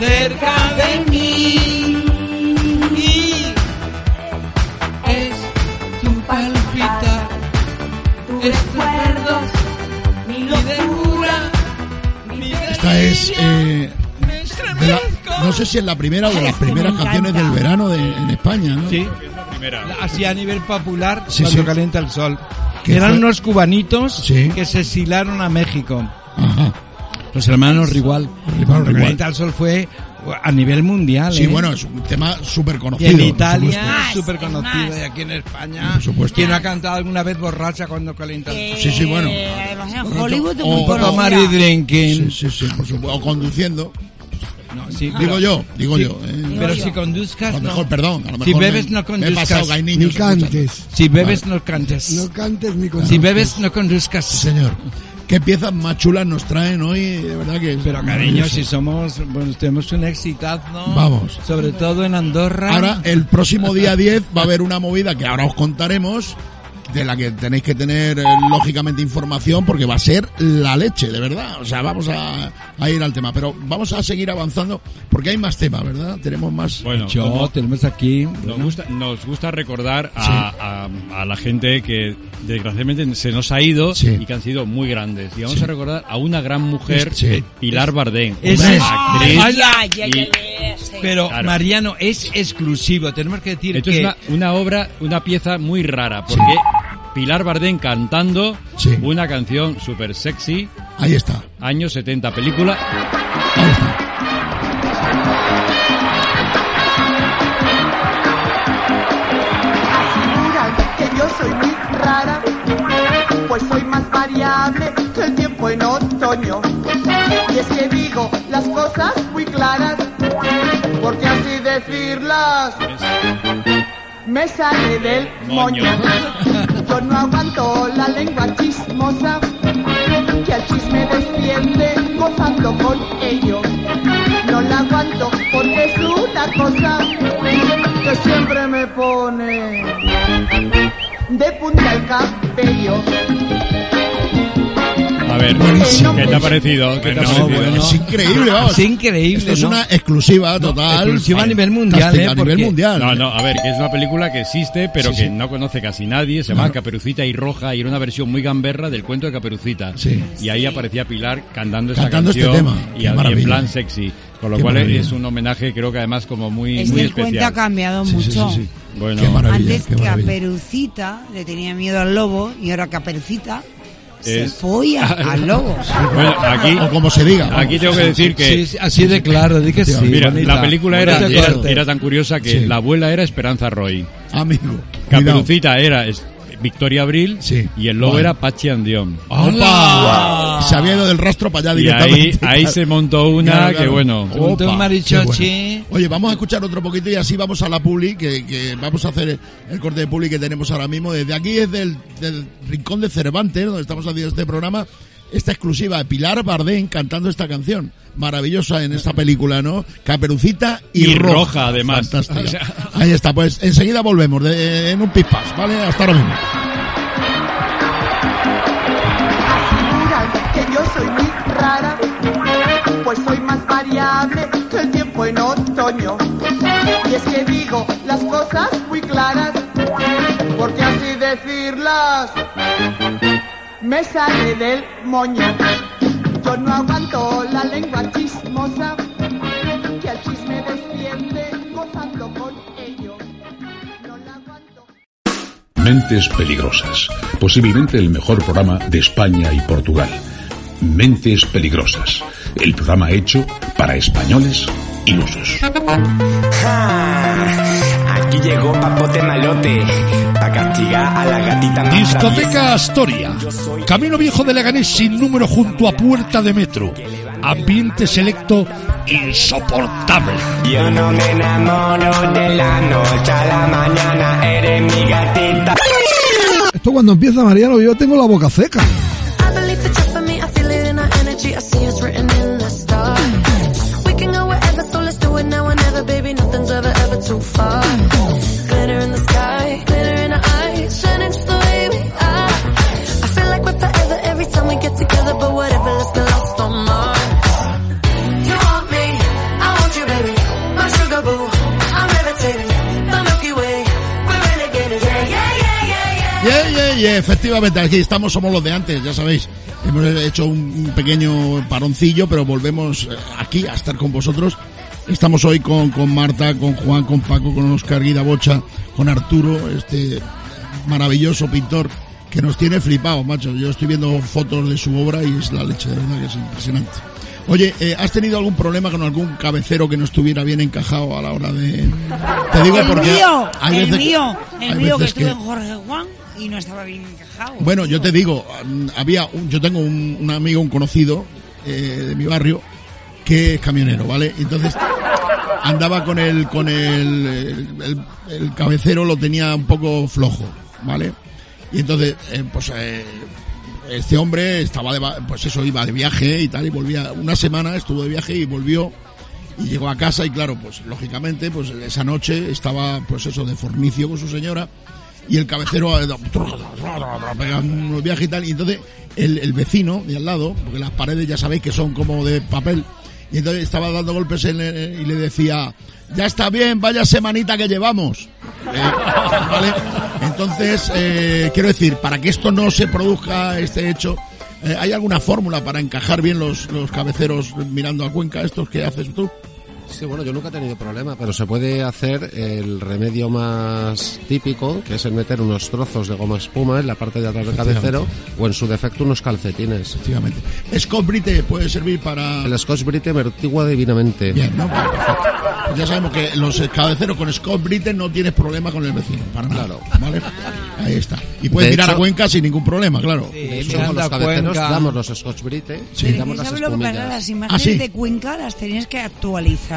Speaker 11: cerca de mí. Es tu palpitar, tus recuerdos, mi locura, mi
Speaker 2: Esta es. eh,
Speaker 11: Me
Speaker 2: de la- no sé si es la primera o de las primeras canciones del verano de, en España, ¿no?
Speaker 4: Sí. Así a nivel popular,
Speaker 2: Sí,
Speaker 4: cuando
Speaker 2: sí.
Speaker 4: calienta el sol.
Speaker 2: ¿Qué
Speaker 4: Eran
Speaker 2: fue?
Speaker 4: unos cubanitos que se exilaron a México. Los hermanos Rigual. Cuando
Speaker 2: Rigual.
Speaker 4: calienta el sol fue a nivel mundial.
Speaker 2: Sí,
Speaker 4: ¿eh?
Speaker 2: bueno, es un tema súper
Speaker 4: Y
Speaker 2: conocido.
Speaker 4: en
Speaker 2: por
Speaker 4: Italia,
Speaker 2: supuesto.
Speaker 4: súper conocido. Y aquí en España,
Speaker 2: Por supuesto.
Speaker 4: ¿quién no ha cantado alguna vez borracha cuando calienta el sol?
Speaker 2: Sí, sí, bueno.
Speaker 8: Además, en eh, Hollywood es muy
Speaker 2: O-
Speaker 8: conocida.
Speaker 4: Mary Drinking.
Speaker 2: Oh, Sí, sí, sí, por supuesto. O conduciendo.
Speaker 4: No, sí,
Speaker 2: Digo
Speaker 4: pero-
Speaker 2: yo, digo
Speaker 4: Ah. sí,
Speaker 2: yo. eh.
Speaker 4: Pero si conduzcas,
Speaker 2: A lo
Speaker 4: no.
Speaker 2: mejor, perdón. a lo
Speaker 4: si
Speaker 2: mejor
Speaker 4: bebes,
Speaker 2: me-
Speaker 4: no
Speaker 2: me he
Speaker 4: conduzcas.
Speaker 2: pasado, que hay niños
Speaker 4: Ni cantes.
Speaker 2: escuchando.
Speaker 4: Si bebes,
Speaker 2: Vale.
Speaker 4: no cantes.
Speaker 2: No
Speaker 5: cantes ni
Speaker 4: Si bebes, no conduzcas.
Speaker 2: señor. Qué piezas más chulas nos traen hoy, de verdad que...
Speaker 4: Pero cariño, si somos, bueno, tenemos un exitazo.
Speaker 2: Vamos.
Speaker 4: Sobre todo en Andorra.
Speaker 2: Ahora, el próximo día 10 va a haber una movida que ahora os contaremos, de la que tenéis que tener, eh, lógicamente, información, porque va a ser la leche, de verdad. O sea, vamos a, a ir al tema. Pero vamos a seguir avanzando, porque hay más temas, ¿verdad? Tenemos más...
Speaker 1: Bueno,
Speaker 4: Yo,
Speaker 1: como-
Speaker 4: tenemos aquí.
Speaker 1: Nos gusta, nos gusta recordar a, a- a la gente que desgraciadamente se nos ha ido y que han sido muy grandes. Y vamos a recordar a una gran mujer,
Speaker 2: Sí.
Speaker 1: Pilar Bardem.
Speaker 4: Es-
Speaker 1: una
Speaker 4: es-
Speaker 1: actriz
Speaker 4: Ay, ay,
Speaker 1: y-
Speaker 4: ay, ay, Pero
Speaker 1: Claro.
Speaker 4: Mariano es exclusivo. Tenemos que decir
Speaker 1: Esto
Speaker 4: que
Speaker 1: es una, una obra, una pieza muy rara, porque Pilar Bardem cantando una canción súper sexy,
Speaker 2: Ahí está.
Speaker 1: años 70, película.
Speaker 12: Juran que yo soy muy rara, pues soy más variable que el tiempo en otoño. Y es que digo las cosas muy claras, porque así decirlas me sale del moño. Yo no aguanto la lengua chismosa, que al chisme defiende gozando con ello. No la aguanto porque es una cosa que siempre me pone de punta el cabello.
Speaker 1: A A ver, ¿qué te ha parecido? ¿Qué te ha
Speaker 2: Bueno,
Speaker 1: parecido?
Speaker 2: bueno. Es increíble, vamos.
Speaker 1: Es increíble,
Speaker 2: Esto es
Speaker 1: ¿no?
Speaker 2: una exclusiva total.
Speaker 1: Exclusiva a nivel mundial, ¿eh?
Speaker 2: Castellana, A nivel
Speaker 1: Porque-
Speaker 2: mundial.
Speaker 1: No, no, a ver, que es una película que existe, pero
Speaker 2: Sí,
Speaker 1: que
Speaker 2: sí.
Speaker 1: no conoce casi nadie. Se llama Caperucita y Roja y era una versión muy gamberra del cuento de Caperucita.
Speaker 2: Sí.
Speaker 1: Y ahí aparecía Pilar cantando esa
Speaker 2: Cantando este
Speaker 1: canción
Speaker 2: tema. Qué
Speaker 1: y, y en
Speaker 2: maravilla.
Speaker 1: plan sexy. Con lo
Speaker 2: Qué
Speaker 1: cual
Speaker 2: maravilla.
Speaker 1: es un homenaje, creo que además como muy,
Speaker 8: Es
Speaker 7: Este
Speaker 1: muy
Speaker 8: que el cuento ha
Speaker 1: especial.
Speaker 8: cambiado mucho.
Speaker 1: Bueno,
Speaker 8: Antes Caperucita le tenía miedo al lobo y ahora Caperucita se
Speaker 1: Es-
Speaker 8: folla al lobo.
Speaker 1: Bueno, aquí,
Speaker 2: O como se diga.
Speaker 1: Aquí tengo que decir que.
Speaker 4: Sí, sí, así de claro, di que sí,
Speaker 1: Mira,
Speaker 4: bonita.
Speaker 1: la película era,
Speaker 4: Bonita
Speaker 1: era,
Speaker 4: corte.
Speaker 1: era tan curiosa que
Speaker 4: Sí.
Speaker 1: la abuela era Esperanza Roy.
Speaker 2: Amigo.
Speaker 1: Caperucita era es- Victoria Abril y el lobo
Speaker 2: Vale.
Speaker 1: era Pachi Andión.
Speaker 4: Ah,
Speaker 2: ¡Opa!
Speaker 1: Ah.
Speaker 2: Se había ido del rastro para allá
Speaker 1: Y ahí,
Speaker 2: directamente.
Speaker 1: ahí se montó una que bueno.
Speaker 4: Oh,
Speaker 2: Opa, qué bueno. Oye, vamos a escuchar otro poquito y así vamos a la publi, que, que vamos a hacer el, el corte de publi que tenemos ahora mismo. Desde aquí, es del rincón de Cervantes, donde estamos haciendo este programa, esta exclusiva de Pilar Bardén cantando esta canción. Maravillosa en esta película, ¿no? Caperucita y,
Speaker 1: Y roja, además.
Speaker 2: Fantástica.
Speaker 1: O sea-
Speaker 2: Ahí está, pues enseguida volvemos de- en un pispas, ¿vale? Hasta ahora mismo.
Speaker 12: figuran que yo soy muy rara, pues soy más variable que el tiempo en otoño. Y es que digo las cosas muy claras, porque así decirlas me sale del moño. Yo no aguanto la lengua chismosa, que al chisme defiende gozando con ello. No la aguanto.
Speaker 13: Mentes Peligrosas, posiblemente el mejor programa de España y Portugal. Mentes Peligrosas, el programa hecho para españoles ilusos.
Speaker 14: Aquí llegó Papote Malote para castigar a la gatita más
Speaker 15: Discoteca
Speaker 14: traviesa.
Speaker 15: Astoria. Camino Viejo de Leganés sin número junto a Puerta de Metro. Ambiente selecto insoportable.
Speaker 14: Yo no me enamoro de la noche a la mañana, eres mi gatita.
Speaker 16: Esto cuando empieza Mariano, yo tengo la boca seca.
Speaker 17: I believe it's up for me. I feel it in our energy. I see it's written in the stars. We can go wherever, so let's do it now and never, baby. Nothing's ever, ever too far. Glitter in the sky, glitter in our eyes, shining just the way we are. I feel like we're forever every time we get together, but whatever, let's get lost on Mars. You want me, I want you, baby. My sugar boo, I'm levitating. The Milky Way, we're renegading. Yeah, yeah, yeah, yeah, yeah.
Speaker 2: Yeah, yeah, yeah, efectivamente, aquí estamos, somos los de antes, ya sabéis. Hemos hecho un, un pequeño paroncillo, pero volvemos eh, aquí a estar con vosotros. Estamos hoy con, con Marta, con Juan, con Paco, con Oscar Guida Bocha, con Arturo, este maravilloso pintor que nos tiene flipado, macho. Yo estoy viendo fotos de su obra y es la leche, de verdad que es impresionante. Oye, eh, ¿has tenido algún problema con algún cabecero que no estuviera bien encajado a la hora de...? Te digo
Speaker 8: el
Speaker 2: porque...
Speaker 8: mío,
Speaker 2: hay
Speaker 8: el
Speaker 2: veces-
Speaker 8: mío,
Speaker 2: hay
Speaker 8: el mío que
Speaker 2: veces
Speaker 8: estuve en Jorge Juan y no estaba bien encajado.
Speaker 2: bueno, yo te digo, mm, había un- yo tengo un, un amigo, un conocido eh, de mi barrio que es camionero, ¿vale? Entonces andaba con el con el, el, el- el cabecero lo tenía un poco flojo, ¿vale? Y entonces eh, pues eh, este hombre estaba de, va- pues eso iba de viaje y tal y volvía una semana estuvo de viaje y volvió y llegó a casa y claro, pues lógicamente, pues esa noche estaba pues eso de fornicio con su señora y el cabecero eh, pega unos viajes y tal y entonces el, el vecino de al lado, porque las paredes ya sabéis que son como de papel y entonces estaba dando golpes en el- y le decía, ya está bien, vaya semanita que llevamos. Eh, ¿vale? Entonces, eh, quiero decir, para que esto no se produzca este hecho, eh, ¿hay alguna fórmula para encajar bien los, los cabeceros mirando a Cuenca, estos que haces tú?
Speaker 7: Sí, bueno, yo nunca he tenido problema, pero se puede hacer el remedio más típico, que es el meter unos trozos de goma espuma en la parte de atrás del cabecero o en su defecto unos calcetines.
Speaker 2: Efectivamente. Scott Brite puede servir para...
Speaker 7: El Scotch Brite me antigua divinamente.
Speaker 2: Bien, ¿no? Vale, perfecto. Ya sabemos que los cabeceros con Scott Britten no tienes problema con el vecino, para nada. ¿vale? Ahí está. Y puedes
Speaker 7: De
Speaker 2: mirar a
Speaker 7: hecho-
Speaker 2: Cuenca sin ningún problema, claro.
Speaker 7: De hecho, con los cabeceros damos los Scotch Brite
Speaker 2: Sí. Ah,
Speaker 7: y damos las
Speaker 8: ¿Sabes lo que pasa?
Speaker 7: espumillas.
Speaker 8: Las imágenes
Speaker 2: sí.
Speaker 8: de Cuenca las tenías que actualizar.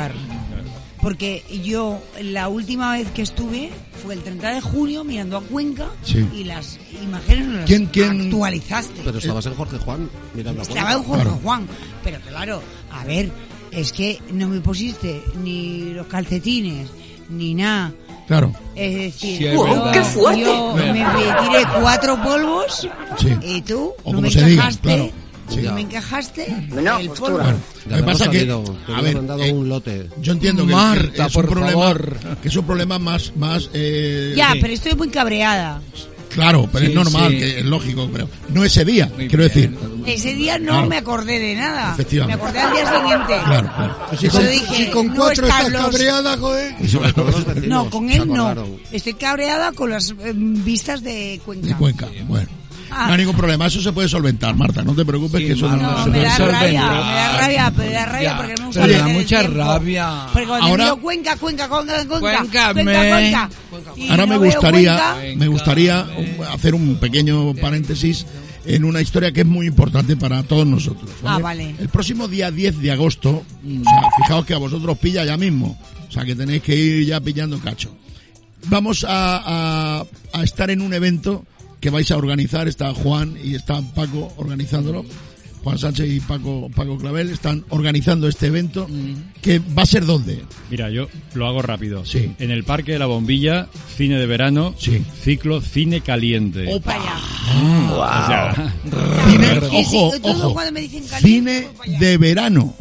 Speaker 8: Porque yo la última vez que estuve fue el 30 de junio mirando a Cuenca
Speaker 2: Sí.
Speaker 8: y las imágenes no las
Speaker 2: ¿Quién- quién-
Speaker 8: actualizaste.
Speaker 7: Pero estabas en Jorge Juan mirando a Cuenca.
Speaker 8: Estaba en Jorge Juan, pero claro, a ver, es que no me pusiste ni los calcetines, ni nada.
Speaker 2: Claro.
Speaker 8: Es decir,
Speaker 2: Sí, es
Speaker 8: yo-
Speaker 2: verdad. ¡Qué fuerte!
Speaker 8: yo me tiré cuatro polvos
Speaker 2: Sí.
Speaker 8: y tú
Speaker 2: O
Speaker 8: no
Speaker 2: como
Speaker 8: me
Speaker 2: se diga,
Speaker 8: encajaste
Speaker 2: claro.
Speaker 18: Y me encajaste
Speaker 2: No,
Speaker 18: el
Speaker 2: postura.
Speaker 18: polvo.
Speaker 2: Bueno, Lo que pasa que,
Speaker 7: salido, te
Speaker 2: a
Speaker 7: hubiera
Speaker 2: ver,
Speaker 7: mandado
Speaker 2: eh,
Speaker 7: un lote.
Speaker 2: Yo entiendo que,
Speaker 7: Marta,
Speaker 2: que es un
Speaker 7: por
Speaker 2: problema,
Speaker 7: favor.
Speaker 2: que es un problema más, más eh,
Speaker 18: Ya,
Speaker 2: sí.
Speaker 18: pero estoy muy cabreada.
Speaker 2: claro, pero
Speaker 19: Sí,
Speaker 2: es normal,
Speaker 19: sí.
Speaker 2: que es lógico, pero no ese día, quiero decir.
Speaker 18: Ese día no
Speaker 2: Claro.
Speaker 18: me acordé de nada. Me
Speaker 2: Efectivamente.
Speaker 18: acordé al día siguiente.
Speaker 2: Claro, claro.
Speaker 20: Si
Speaker 18: Yo
Speaker 20: con-
Speaker 18: dije,
Speaker 20: si con
Speaker 18: no
Speaker 20: cuatro
Speaker 18: está
Speaker 20: estás
Speaker 18: los-
Speaker 20: cabreada, joder.
Speaker 2: Y sobre todo los vecinos
Speaker 18: No, con
Speaker 2: se
Speaker 18: él no.
Speaker 2: acordaron.
Speaker 18: Estoy cabreada con las eh, vistas de Cuenca.
Speaker 2: De Cuenca, bueno.
Speaker 18: Ah.
Speaker 2: No hay ningún problema, eso se puede solventar, Marta, no te preocupes que eso
Speaker 18: No,
Speaker 2: se
Speaker 18: me da
Speaker 2: puede
Speaker 18: rabia,
Speaker 2: solventar.
Speaker 18: me da rabia, pero me da rabia porque no me gusta
Speaker 2: Oye,
Speaker 18: perder el
Speaker 2: mucha
Speaker 18: tiempo.
Speaker 2: rabia.
Speaker 18: Porque cuando
Speaker 2: Ahora-
Speaker 18: digo Cuenca, Cuenca, Cuenca, Cuenca, Cuenca,
Speaker 4: Cuenca,
Speaker 18: Cuenca,
Speaker 4: me.
Speaker 18: y
Speaker 2: Ahora
Speaker 18: no
Speaker 2: me
Speaker 18: veo
Speaker 2: gustaría,
Speaker 18: Cuenca,
Speaker 2: me gustaría un- hacer un pequeño paréntesis en una historia que es muy importante para todos nosotros.
Speaker 18: Ah, vale.
Speaker 2: El próximo día 10 de agosto, o sea, fijaos que a vosotros os pilla ya mismo, o sea que tenéis que ir ya pillando cacho. Vamos a, a- a estar en un evento que vais a organizar, está Juan y está Paco organizándolo. Juan Sánchez y Paco, Paco Clavel están organizando este evento
Speaker 18: Mm.
Speaker 2: que va a ser dónde?
Speaker 1: Mira, yo lo hago rápido. En el Parque de la Bombilla, cine de verano, ciclo cine caliente.
Speaker 18: Opa.
Speaker 1: O sea,
Speaker 2: Cine,
Speaker 18: Y si-
Speaker 2: Ah, ojo,
Speaker 18: todo
Speaker 2: ojo.
Speaker 18: cuando me dicen caliente,
Speaker 2: Cine de verano.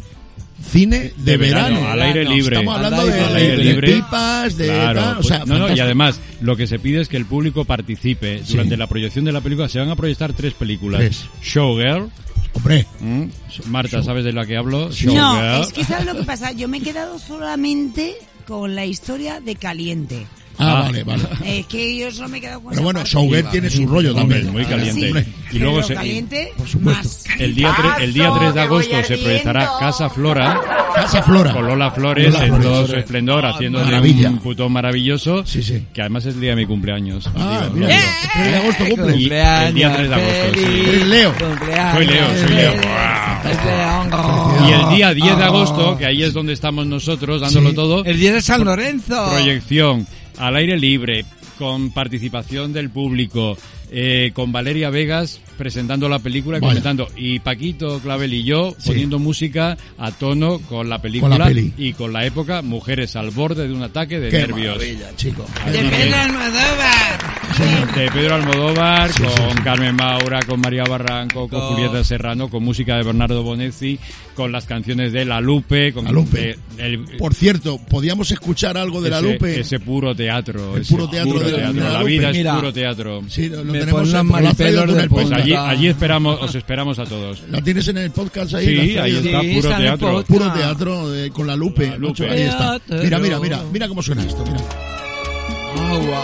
Speaker 2: Cine de,
Speaker 1: de
Speaker 2: verano.
Speaker 1: verano, al aire libre.
Speaker 2: Estamos hablando
Speaker 1: Al
Speaker 2: de,
Speaker 1: aire
Speaker 2: de
Speaker 1: libre.
Speaker 2: pipas, de
Speaker 1: Claro,
Speaker 2: tal, o
Speaker 1: pues,
Speaker 2: sea,
Speaker 1: no, no, y
Speaker 2: fantástico.
Speaker 1: además lo que se pide es que el público participe
Speaker 2: Sí.
Speaker 1: durante la proyección de la película se van a proyectar tres películas
Speaker 2: Tres.
Speaker 1: Showgirl
Speaker 2: hombre
Speaker 1: Marta sabes de la que hablo
Speaker 18: No,
Speaker 1: Showgirl.
Speaker 18: es que sabes lo que pasa. Yo me he quedado solamente con la historia de caliente.
Speaker 2: Ah, vale, vale.
Speaker 18: Es que yo solo me he quedado con
Speaker 2: Pero
Speaker 18: esa
Speaker 2: bueno,
Speaker 18: parte.
Speaker 2: Showgirl tiene su rollo
Speaker 1: Hombre,
Speaker 2: también.
Speaker 1: muy caliente.
Speaker 2: Sí.
Speaker 1: Y luego
Speaker 18: Pero
Speaker 1: se-
Speaker 18: caliente, más.
Speaker 1: el día, tre- el
Speaker 18: Ah,
Speaker 1: día 3 de agosto se proyectará Casa Flora.
Speaker 2: Casa Flora.
Speaker 1: Con Lola Flores
Speaker 2: Lola
Speaker 1: en
Speaker 2: Flores.
Speaker 1: todo su esplendor,
Speaker 18: Ah,
Speaker 1: haciendo de
Speaker 2: maravilla.
Speaker 1: un putón maravilloso.
Speaker 2: sí.
Speaker 1: Que además es el día de mi cumpleaños.
Speaker 2: Ah,
Speaker 1: Digo,
Speaker 2: mira,
Speaker 1: lo digo.
Speaker 2: el 3 de agosto cumple.
Speaker 1: Y el día 3 de agosto, sí.
Speaker 2: Eres Leo.
Speaker 1: Soy Leo, soy Leo. Y
Speaker 2: Ah.
Speaker 1: el día 10 de agosto, que ahí es donde estamos nosotros dándolo
Speaker 4: Sí.
Speaker 1: todo.
Speaker 4: El día de San
Speaker 1: pro-
Speaker 4: Lorenzo.
Speaker 1: Proyección al aire libre, con participación del público, eh, con Valeria Vegas presentando la película y
Speaker 2: Vaya.
Speaker 1: comentando. Y Paquito Clavel y yo poniendo música a tono con la película
Speaker 2: Con la peli.
Speaker 1: y con la época Mujeres al borde de un ataque de
Speaker 2: Qué
Speaker 1: nervios.
Speaker 2: maravilla, chico.
Speaker 1: Así que-
Speaker 4: Ah,
Speaker 1: de Pedro Almodóvar, con Carmen Maura, con María Barranco, con
Speaker 2: Dos.
Speaker 1: Julieta Serrano, con música de Bernardo Bonezzi, con las canciones de La Lupe, con
Speaker 2: La Lupe.
Speaker 1: de- el-
Speaker 2: Por cierto, podíamos escuchar algo de la
Speaker 1: ese-
Speaker 2: Lupe.
Speaker 1: Ese puro teatro.
Speaker 2: El
Speaker 1: ese
Speaker 2: puro teatro de la- de la
Speaker 1: La
Speaker 2: Lupe.
Speaker 1: vida es
Speaker 2: Mira,
Speaker 1: puro teatro.
Speaker 2: Sí, lo, lo
Speaker 1: Me
Speaker 2: tenemos
Speaker 1: pon
Speaker 2: en
Speaker 1: las
Speaker 2: por la
Speaker 1: maripelos
Speaker 2: radio
Speaker 1: del
Speaker 2: del
Speaker 1: Pues
Speaker 2: podcast.
Speaker 1: allí, allí esperamos, os esperamos a todos.
Speaker 2: La tienes en el podcast ahí.
Speaker 1: Sí,
Speaker 2: la has traído.
Speaker 1: ahí está, Sí, puro está en el teatro. podcast.
Speaker 2: Puro teatro eh, con la Lupe. macho, ahí está.
Speaker 4: Teatro.
Speaker 2: Mira, mira, mira, mira cómo suena esto. mira.
Speaker 4: Agua.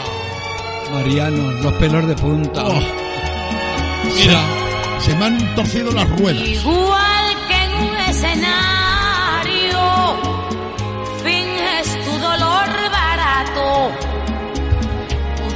Speaker 4: Mariano, los pelos de punta.
Speaker 1: Oh.
Speaker 2: Mira, se me han torcido las ruedas.
Speaker 8: Igual que en un escenario, finges tu dolor barato. Tu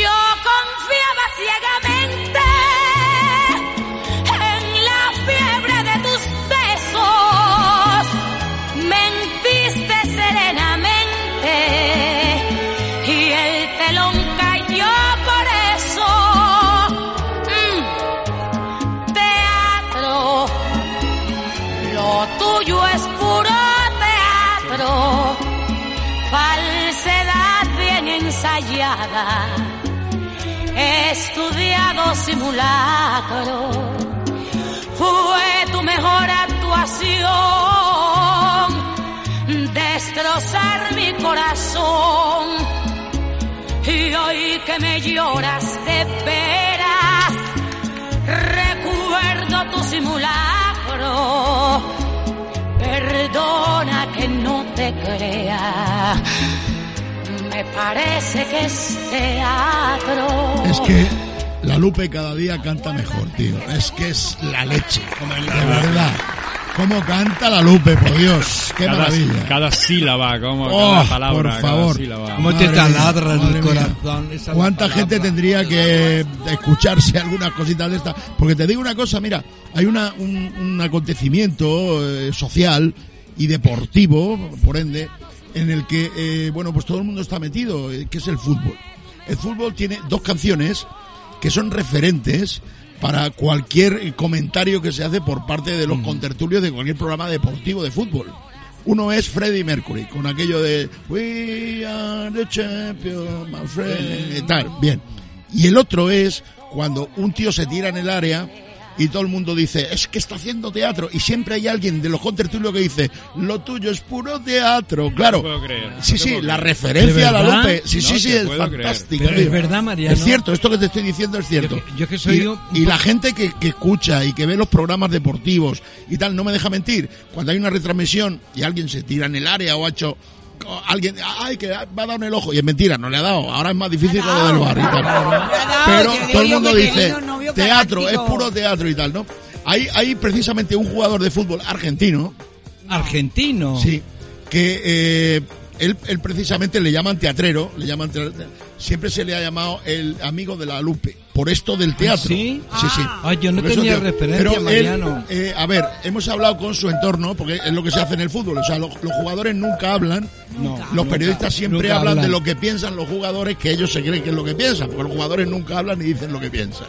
Speaker 8: Yo confiaba ciegamente en la fiebre de tus besos. Mentiste serenamente y el telón cayó por eso. Mm, Teatro, lo tuyo es puro teatro, falsedad bien ensayada, estudiado simulacro, fue tu mejor actuación, destrozar mi corazón, y hoy que me lloras de veras, recuerdo tu simulacro. Perdona que no te crea. Me parece que es teatro.
Speaker 2: Es que la Lupe cada día canta mejor, tío. Es que es la leche. De verdad. ¿Cómo canta la Lupe, por Dios? ¡Qué
Speaker 1: cada,
Speaker 2: maravilla!
Speaker 1: cada sílaba, como
Speaker 2: Oh,
Speaker 1: cada palabra,
Speaker 2: por
Speaker 1: cada
Speaker 2: favor.
Speaker 1: sílaba.
Speaker 2: Madre mía, madre mía. ¿Cuánta gente tendría que escucharse algunas cositas de estas? Porque te digo una cosa, mira, hay una, un, un acontecimiento eh, social y deportivo, por ende, en el que, eh, bueno, pues todo el mundo está metido, eh, que es el fútbol. El fútbol tiene dos canciones que son referentes para cualquier comentario que se hace por parte de los contertulios de cualquier programa deportivo de fútbol. Uno es Freddie Mercury, con aquello de We are the champions, my friend, y tal, bien. Y el otro es cuando un tío se tira en el área y todo el mundo dice, es que está haciendo teatro. Y siempre hay alguien de los contertulios que dice, lo tuyo es puro teatro. Claro.
Speaker 1: puedo creer, no
Speaker 2: Sí,
Speaker 1: te
Speaker 2: sí,
Speaker 1: puedo
Speaker 2: la
Speaker 1: creer.
Speaker 2: referencia a la
Speaker 1: ¿De verdad?
Speaker 2: Lupe. Sí,
Speaker 1: No
Speaker 2: sí, sí,
Speaker 1: te
Speaker 2: es
Speaker 1: puedo creer.
Speaker 2: fantástica.
Speaker 1: Pero es
Speaker 2: tío.
Speaker 1: verdad, Mariano.
Speaker 2: Es cierto, esto que te estoy diciendo es cierto.
Speaker 1: yo que soy
Speaker 2: y,
Speaker 1: un
Speaker 2: y
Speaker 1: po-
Speaker 2: la gente que, que escucha y que ve los programas deportivos y tal, no me deja mentir. Cuando hay una retransmisión y alguien se tira en el área o ha hecho... o Alguien, ay, que va a dar en el ojo. Y es mentira, no le ha dado. Ahora es más difícil que lo del bar y tal. Pero
Speaker 21: yo
Speaker 2: todo el
Speaker 21: digo
Speaker 2: mundo
Speaker 21: que
Speaker 2: dice,
Speaker 21: querido novio
Speaker 2: teatro, es
Speaker 21: galáctico".
Speaker 2: puro teatro y tal, ¿no? Hay, hay precisamente un jugador de fútbol argentino.
Speaker 4: ¿Argentino?
Speaker 2: Sí. Que eh, él, él precisamente le llaman teatrero, le llaman teat- siempre se le ha llamado el amigo de la Lupe, por esto del teatro. ¿Sí? Sí, sí.
Speaker 4: ¿Ah, yo no
Speaker 2: Por eso,
Speaker 4: tenía
Speaker 2: tío.
Speaker 4: referencia,
Speaker 2: Pero él,
Speaker 4: Mariano.
Speaker 2: eh, a ver, hemos hablado con su entorno, porque es lo que se hace en el fútbol. O sea, los, los jugadores nunca hablan. los
Speaker 4: nunca,
Speaker 2: periodistas siempre
Speaker 4: nunca
Speaker 2: hablan, de
Speaker 4: hablan.
Speaker 2: lo que piensan los jugadores, que ellos se creen que es lo que piensan, porque los jugadores nunca hablan ni dicen lo que piensan.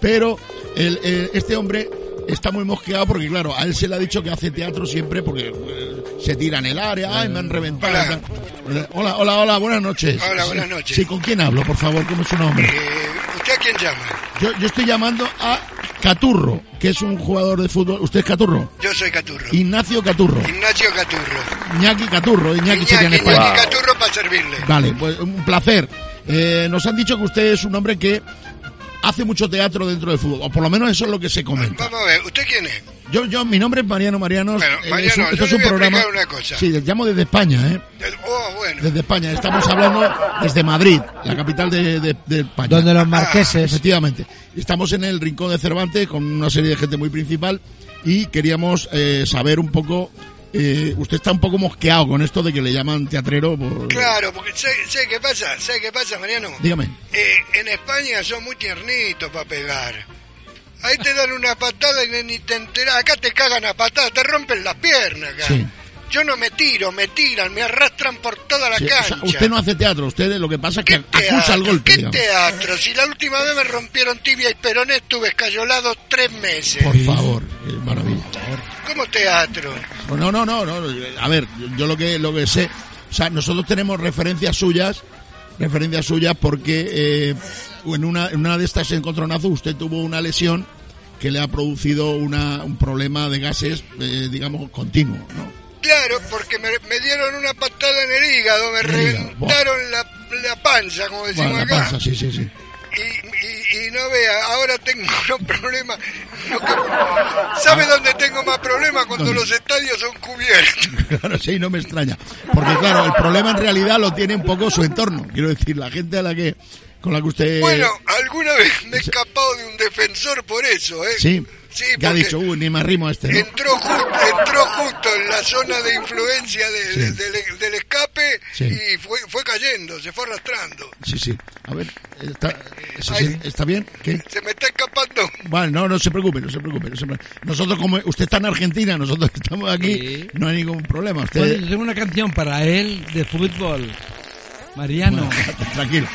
Speaker 2: Pero el- el- este hombre está muy mosqueado porque, claro, a él se le ha dicho que hace teatro siempre porque eh, se tira en el área, ay, me han reventado. Hola, hola, hola, buenas noches.
Speaker 8: Hola, buenas noches.
Speaker 2: Sí, ¿con quién hablo, por favor? ¿Cómo es su
Speaker 8: Eh,
Speaker 2: nombre?
Speaker 8: ¿Usted a quién llama?
Speaker 2: Yo, yo estoy llamando a Caturro, que es un jugador de fútbol. ¿Usted es Caturro?
Speaker 8: Yo soy Caturro.
Speaker 2: Ignacio Caturro.
Speaker 8: Ignacio Caturro.
Speaker 2: Iñaki Caturro, Iñaki sería en
Speaker 8: Iñaki,
Speaker 2: España.
Speaker 8: Iñaki Caturro para servirle.
Speaker 2: Vale, pues un placer. Eh, nos han dicho que usted es un hombre que hace mucho teatro dentro del fútbol, o por lo menos eso es lo que se comenta.
Speaker 8: Vamos a ver, ¿usted quién es?
Speaker 2: Yo, yo, mi nombre es Mariano Marianos.
Speaker 8: Bueno,
Speaker 2: eh,
Speaker 8: Mariano,
Speaker 2: es un-
Speaker 8: yo
Speaker 2: esto es
Speaker 8: le
Speaker 2: un
Speaker 8: voy a
Speaker 2: programa.
Speaker 8: explicar una cosa.
Speaker 2: Sí, les llamo desde España, ¿eh?
Speaker 8: Oh, bueno.
Speaker 2: Desde España. Estamos hablando desde Madrid, la capital de, de- de España.
Speaker 8: Donde
Speaker 1: Ah,
Speaker 8: los
Speaker 2: marqueses. Efectivamente. Estamos en el rincón de Cervantes con una serie de gente muy principal y queríamos eh, saber un poco. eh, usted está un poco mosqueado con esto de que le llaman teatrero. por-
Speaker 8: Claro, porque sé, sé qué pasa, sé qué pasa, Mariano.
Speaker 2: Dígame.
Speaker 8: Eh, en España son muy tiernitos para pegar. Ahí te dan una patada y ni te enterás. Acá te cagan a patadas, te rompen las piernas acá.
Speaker 2: Sí.
Speaker 8: Yo no me tiro, me tiran, me arrastran por toda la
Speaker 2: Sí, o sea,
Speaker 8: cancha.
Speaker 2: usted no hace teatro, usted lo que pasa es que acusa al
Speaker 8: teatro?
Speaker 2: golpe.
Speaker 8: ¿Qué
Speaker 2: digamos.
Speaker 8: teatro? Si la última vez me rompieron tibia y peroné, estuve escayolado tres meses.
Speaker 2: Por favor, qué maravilla.
Speaker 8: ¿Cómo teatro?
Speaker 2: No, no, no, no. no, A ver, yo- yo lo que lo que sé, o sea, nosotros tenemos referencias suyas, referencias suyas porque eh, en una en una de estas encontronazos usted tuvo una lesión que le ha producido una, un problema de gases, eh, digamos, continuo. ¿no?
Speaker 8: Claro, porque me, me dieron una patada en el hígado, me reventaron la, la panza, como decimos
Speaker 2: Bueno, la
Speaker 8: acá.
Speaker 2: panza, sí, sí, sí.
Speaker 8: Y, y no vea, ahora tengo unos problemas. Lo que- ¿Sabe dónde tengo más problemas? Cuando
Speaker 2: Ah. ¿Dónde?
Speaker 8: los estadios son cubiertos.
Speaker 2: Claro, sí, no me extraña. Porque claro, el problema en realidad lo tiene un poco su entorno. Quiero decir, la gente a la que con la que usted
Speaker 8: Bueno, alguna vez me he escapado de un defensor por eso, ¿eh?
Speaker 2: sí,
Speaker 8: Sí,
Speaker 2: que ha
Speaker 8: porque
Speaker 2: dicho, uy, ni me arrimo a este. ¿no?".
Speaker 8: Entró justo, entró justo en la zona de influencia de-
Speaker 2: Sí.
Speaker 8: de- del, del escape
Speaker 2: Sí.
Speaker 8: y fue, fue cayendo, se fue arrastrando.
Speaker 2: Sí, sí. A ver, ¿está, sí, sí, ¿está bien? ¿Qué?
Speaker 8: Se me está escapando.
Speaker 2: Vale, no, no se preocupe, no se preocupe. no se preocupe. Nosotros, como usted está en Argentina, nosotros estamos aquí, no hay ningún problema.
Speaker 4: Bueno,
Speaker 1: pues,
Speaker 2: Usted,
Speaker 4: yo tengo una canción para él de fútbol. Mariano.
Speaker 2: tranquilo.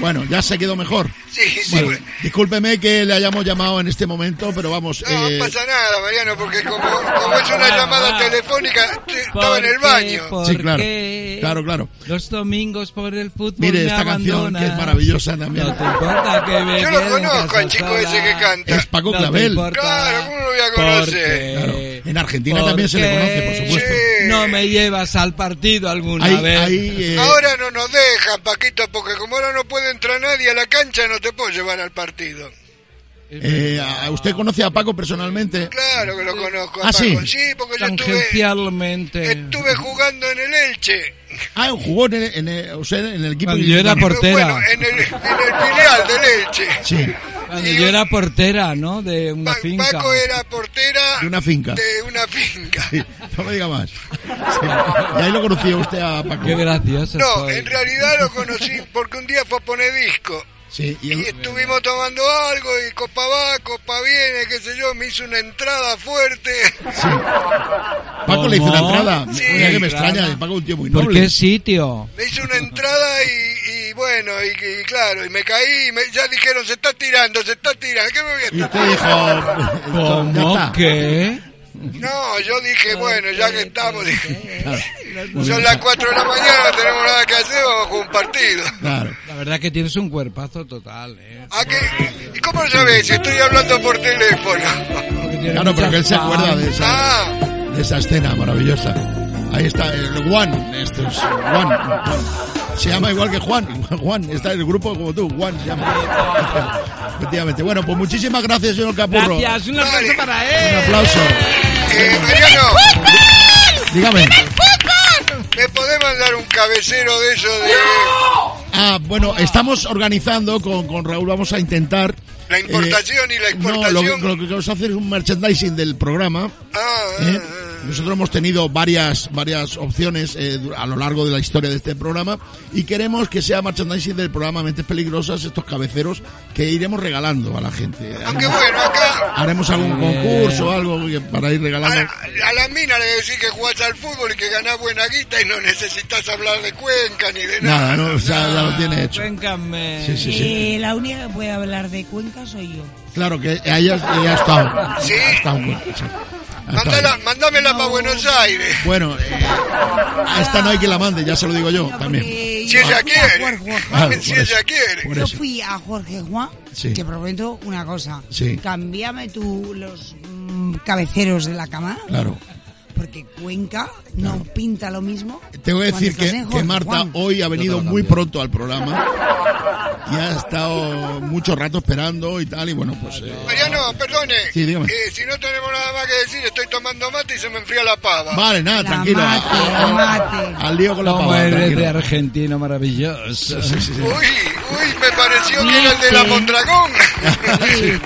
Speaker 2: Bueno, ya se quedó mejor.
Speaker 8: Sí, sí,
Speaker 2: Bueno,
Speaker 8: bueno.
Speaker 2: discúlpeme que le hayamos llamado en este momento, pero vamos.
Speaker 8: No
Speaker 2: eh,
Speaker 8: pasa nada, Mariano, porque como, como es una llamada telefónica, te- estaba en el baño.
Speaker 2: Sí, claro. Claro, claro.
Speaker 4: Los domingos por el fútbol.
Speaker 2: Mire
Speaker 4: me
Speaker 2: esta canción que es
Speaker 4: abandonas.
Speaker 2: maravillosa también.
Speaker 4: No te importa que me
Speaker 8: Yo lo
Speaker 4: quede en
Speaker 8: conozco
Speaker 4: casa
Speaker 8: al chico ese que canta.
Speaker 2: Es Paco
Speaker 4: No te
Speaker 2: Clavel.
Speaker 4: importa.
Speaker 8: Claro, ¿cómo no lo voy a
Speaker 4: Porque-
Speaker 8: conocer?
Speaker 2: Claro. En Argentina también se le
Speaker 4: Porque
Speaker 2: conoce, por supuesto.
Speaker 4: No me llevas al partido alguna
Speaker 2: Ahí-
Speaker 4: vez.
Speaker 2: ahí, eh,
Speaker 8: Ahora no nos dejan, Paquito, porque como ahora no puede entrar nadie a la cancha, no te puedo llevar al partido.
Speaker 2: Eh, ¿a- ¿Usted conoce a Paco personalmente?
Speaker 8: Claro que lo conozco. a
Speaker 2: Ah, sí.
Speaker 8: Paco. porque yo estuve,
Speaker 4: Tangencialmente.
Speaker 8: estuve jugando en el Elche.
Speaker 2: Ah, jugó en el, en el- o sea, en el equipo.
Speaker 4: Cuando yo era
Speaker 2: italiano.
Speaker 4: portera.
Speaker 8: Bueno, en el, en el filial del Elche.
Speaker 2: Sí.
Speaker 4: Cuando yo era portera, ¿no? De una finca.
Speaker 8: Paco era portera
Speaker 2: De una finca.
Speaker 8: de una finca.
Speaker 2: Sí, no me diga más. Sí. Y ahí lo conoció usted a Paco.
Speaker 4: Qué gracioso
Speaker 8: No, en realidad lo conocí porque un día fue a poner disco.
Speaker 2: Sí, y
Speaker 22: Y estuvimos tomando algo y copa va, copa viene, qué sé yo, me hizo una entrada fuerte.
Speaker 2: Paco le hizo una
Speaker 4: ¿Cómo?
Speaker 2: entrada.
Speaker 4: Sí,
Speaker 2: Mira que me
Speaker 4: entrada.
Speaker 2: extraña, Paco es un tío muy
Speaker 4: ¿Por
Speaker 2: noble.
Speaker 4: qué sitio?
Speaker 22: Me hizo una entrada y, y bueno, y, y claro, y me caí y me- ya dijeron, se está tirando, se está tirando, ¿qué me voy a
Speaker 2: Y
Speaker 22: tirar?
Speaker 2: usted dijo...
Speaker 4: ¿Cómo que?
Speaker 22: No, yo dije, bueno, ya que estamos, dije, son
Speaker 4: Bueno,
Speaker 22: las 4 de la mañana, no tenemos nada que hacer, vamos a jugar un partido.
Speaker 4: La verdad que tienes un cuerpazo total, ¿eh?
Speaker 22: ¿A qué? ¿Y cómo lo sabés? Si estoy hablando por teléfono. Ah,
Speaker 2: Claro, pero que él se acuerda de esa,
Speaker 4: Ah,
Speaker 2: de esa escena maravillosa. Ahí está, el Juan, esto es Juan. Se llama igual que Juan. Juan, está en el grupo como tú, Juan se llama. Efectivamente. Bueno, pues muchísimas gracias, señor Capurro.
Speaker 4: Gracias, un aplauso para
Speaker 2: Un
Speaker 4: él.
Speaker 2: aplauso.
Speaker 22: Eh, Mariano,
Speaker 2: Dígame.
Speaker 22: ¿me podés mandar un cabecero de eso de
Speaker 2: Ah, bueno, estamos organizando con, con Raúl, vamos a intentar... eh,
Speaker 22: la importación y la
Speaker 2: No, lo,
Speaker 22: exportación?
Speaker 2: que- lo que vamos a hacer es un merchandising del programa.
Speaker 22: ah,
Speaker 2: ¿eh? Nosotros hemos tenido varias, varias opciones eh, du- a lo largo de la historia de este programa y queremos que sea merchandising del programa Mentes Peligrosas estos cabeceros que iremos regalando a la gente. Aunque
Speaker 22: bueno, acá...
Speaker 2: Haremos algún
Speaker 22: Bien.
Speaker 2: concurso o algo que- para ir regalando.
Speaker 22: A la mina le decís que jugás al fútbol y que ganás buena guita y no necesitas hablar de Cuenca ni de nada.
Speaker 2: Nada, eh, no, ya, ya lo tiene hecho.
Speaker 4: Cuéntame.
Speaker 2: Sí, sí, sí.
Speaker 8: Eh, la única que puede hablar de Cuenca soy yo.
Speaker 2: Claro que ella, ella ha estado.
Speaker 22: Sí.
Speaker 2: ha estado muy- sí, ha estado.
Speaker 22: Mándala, mándamela para Buenos Aires.
Speaker 2: Bueno, eh, a esta no hay que la mande, ya se lo digo yo también.
Speaker 8: Eh,
Speaker 22: Si ella
Speaker 8: yo fui a
Speaker 22: quiere. Ah,
Speaker 8: Jorge Juan.
Speaker 2: Claro, Si por eso, ella
Speaker 22: quiere.
Speaker 2: por
Speaker 8: Yo
Speaker 2: eso.
Speaker 8: fui a Jorge Juan.
Speaker 2: Sí.
Speaker 8: Te prometo una cosa.
Speaker 2: Sí.
Speaker 8: Cambiame tú los mm, cabeceros de la cama.
Speaker 2: Claro.
Speaker 8: Porque Cuenca no pinta lo mismo.
Speaker 2: Te voy a
Speaker 8: cuando
Speaker 2: decir
Speaker 8: estás
Speaker 2: que,
Speaker 8: en
Speaker 2: que
Speaker 8: Jorge
Speaker 2: Marta
Speaker 8: Juan.
Speaker 2: hoy ha venido muy pronto al programa y ha estado mucho rato esperando y tal. Y bueno, pues. eh,
Speaker 22: Mariano, perdone.
Speaker 2: Sí, dígame.
Speaker 22: Eh, si no tenemos nada más que decir, estoy tomando mate y se me enfría la pava.
Speaker 2: Vale, nada, tranquilo. Al lío con la
Speaker 4: Como
Speaker 2: pava,
Speaker 4: eres de
Speaker 2: tranquilo.
Speaker 4: argentino maravilloso.
Speaker 22: Uy, me pareció que era el de la Mondragón.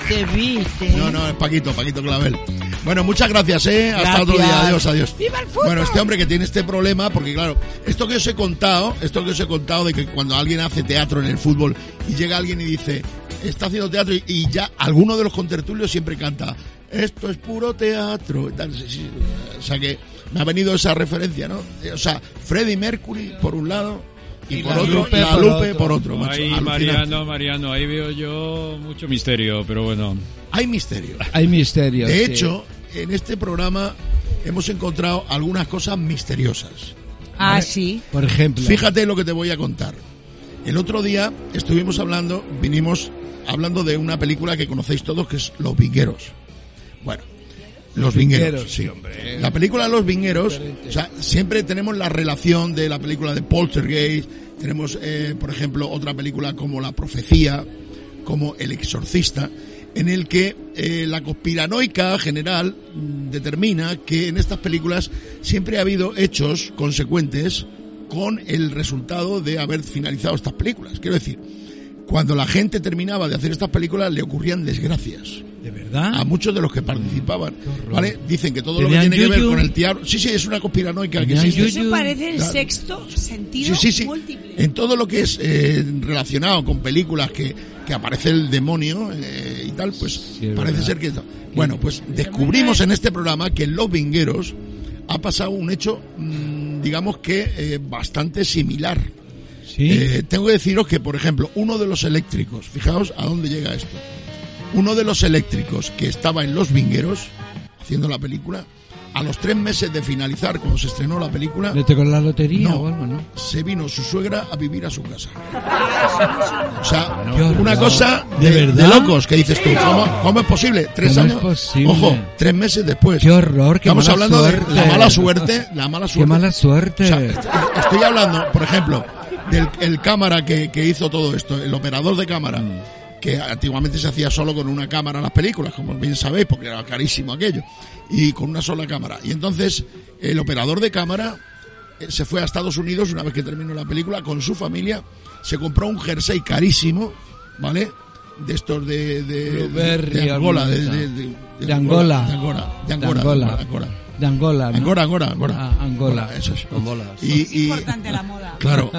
Speaker 8: Te viste.
Speaker 2: No, no, es Paquito, Paquito Clavel. Bueno, muchas gracias, ¿eh? Hasta otro día.
Speaker 4: Gracias.
Speaker 2: Adiós, adiós.
Speaker 8: ¡Viva el fútbol!
Speaker 2: Bueno, este hombre que tiene este problema, porque claro, esto que os he contado, esto que os he contado de que cuando alguien hace teatro en el fútbol y llega alguien y dice, está haciendo teatro y, y ya alguno de los contertulios siempre canta, esto es puro teatro. y tal, sí, sí. O sea que me ha venido esa referencia, ¿no? Eh, O sea, Freddie Mercury por un lado y, por
Speaker 1: la
Speaker 2: otro,
Speaker 1: Lupe
Speaker 2: la
Speaker 1: por
Speaker 2: Lupe
Speaker 1: otro.
Speaker 2: por otro, macho.
Speaker 1: Ahí,
Speaker 2: Alucinante.
Speaker 1: Mariano, Mariano, ahí veo yo mucho misterio, pero bueno.
Speaker 2: Hay misterio.
Speaker 4: Hay misterio.
Speaker 2: De
Speaker 4: sí.
Speaker 2: hecho, en este programa hemos encontrado algunas cosas misteriosas.
Speaker 8: Ah,
Speaker 2: ¿vale?
Speaker 8: sí.
Speaker 4: Por ejemplo.
Speaker 2: Fíjate lo que te voy a contar. El otro día estuvimos hablando, vinimos hablando de una película que conocéis todos que es Los Vingueros. Bueno, Los Vingueros, sí.
Speaker 4: hombre.
Speaker 2: La película Los Vingueros, o sea, siempre tenemos la relación de la película de Poltergeist, tenemos, eh, por ejemplo, otra película como La Profecía, como El Exorcista, en el que eh, la conspiranoica general mm, determina que en estas películas siempre ha habido hechos consecuentes con el resultado de haber finalizado estas películas. Quiero decir, cuando la gente terminaba de hacer estas películas le ocurrían desgracias.
Speaker 4: ¿De verdad?
Speaker 2: A muchos de los que participaban. ¿Vale? Dicen que todo lo que
Speaker 4: Ah. ¿Tenían
Speaker 2: tiene que ver
Speaker 4: yuyu?
Speaker 2: con el diablo. Sí, sí, es una conspiranoica que
Speaker 4: ¿Tenían
Speaker 2: existe.
Speaker 8: Eso parece el
Speaker 2: Claro.
Speaker 8: sexto sentido
Speaker 2: Sí, sí, sí.
Speaker 8: múltiple.
Speaker 2: En todo lo que es eh, relacionado con películas que, que aparece el demonio eh, y tal, pues parece
Speaker 4: verdad.
Speaker 2: ser que... Bueno, pues descubrimos en este programa que en Los Vingueros ha pasado un hecho, mm, digamos que eh, bastante similar. Eh, tengo que deciros que, por ejemplo, uno de los eléctricos, fijaos a dónde llega esto, uno de los eléctricos que estaba en Los Vingueros haciendo la película, a los tres meses de finalizar, cuando se estrenó la película,
Speaker 4: ¿Le tocó la lotería
Speaker 2: No.
Speaker 4: o algo, no?
Speaker 2: se vino su suegra a vivir a su casa. O sea,
Speaker 4: Qué horror.
Speaker 2: una cosa
Speaker 4: ¿De
Speaker 2: de,
Speaker 4: verdad?
Speaker 2: de locos que dices tú. ¿Cómo, cómo es posible? Tres
Speaker 4: ¿Cómo es
Speaker 2: años.
Speaker 4: posible?
Speaker 2: Ojo, tres meses después.
Speaker 4: Qué horror, qué
Speaker 2: Estamos
Speaker 4: mala
Speaker 2: hablando
Speaker 4: suerte.
Speaker 2: de la mala suerte. La mala
Speaker 4: Qué
Speaker 2: suerte.
Speaker 4: mala suerte.
Speaker 2: Estoy hablando, por ejemplo, del el cámara que, que hizo todo esto, el operador de cámara,
Speaker 4: Mm.
Speaker 2: que antiguamente se hacía solo con una cámara en las películas, como bien sabéis, porque era carísimo aquello, y con una sola cámara. Y entonces el operador de cámara eh, se fue a Estados Unidos una vez que terminó la película con su familia, se compró un jersey carísimo, ¿vale? De estos de, de, de Angola,
Speaker 4: Blueberry,
Speaker 2: de,
Speaker 4: alguna
Speaker 2: de-
Speaker 4: cosa.
Speaker 2: de- de
Speaker 4: De Angola.
Speaker 2: Angola, de
Speaker 4: De
Speaker 2: Angola,
Speaker 4: Angola.
Speaker 2: de Angola.
Speaker 4: De Angola, ¿no?
Speaker 2: Angora, Angora, Angora.
Speaker 4: Ah, Angola.
Speaker 2: eso es.
Speaker 7: Angola.
Speaker 2: Y, y-
Speaker 8: importante la moda.
Speaker 2: Claro.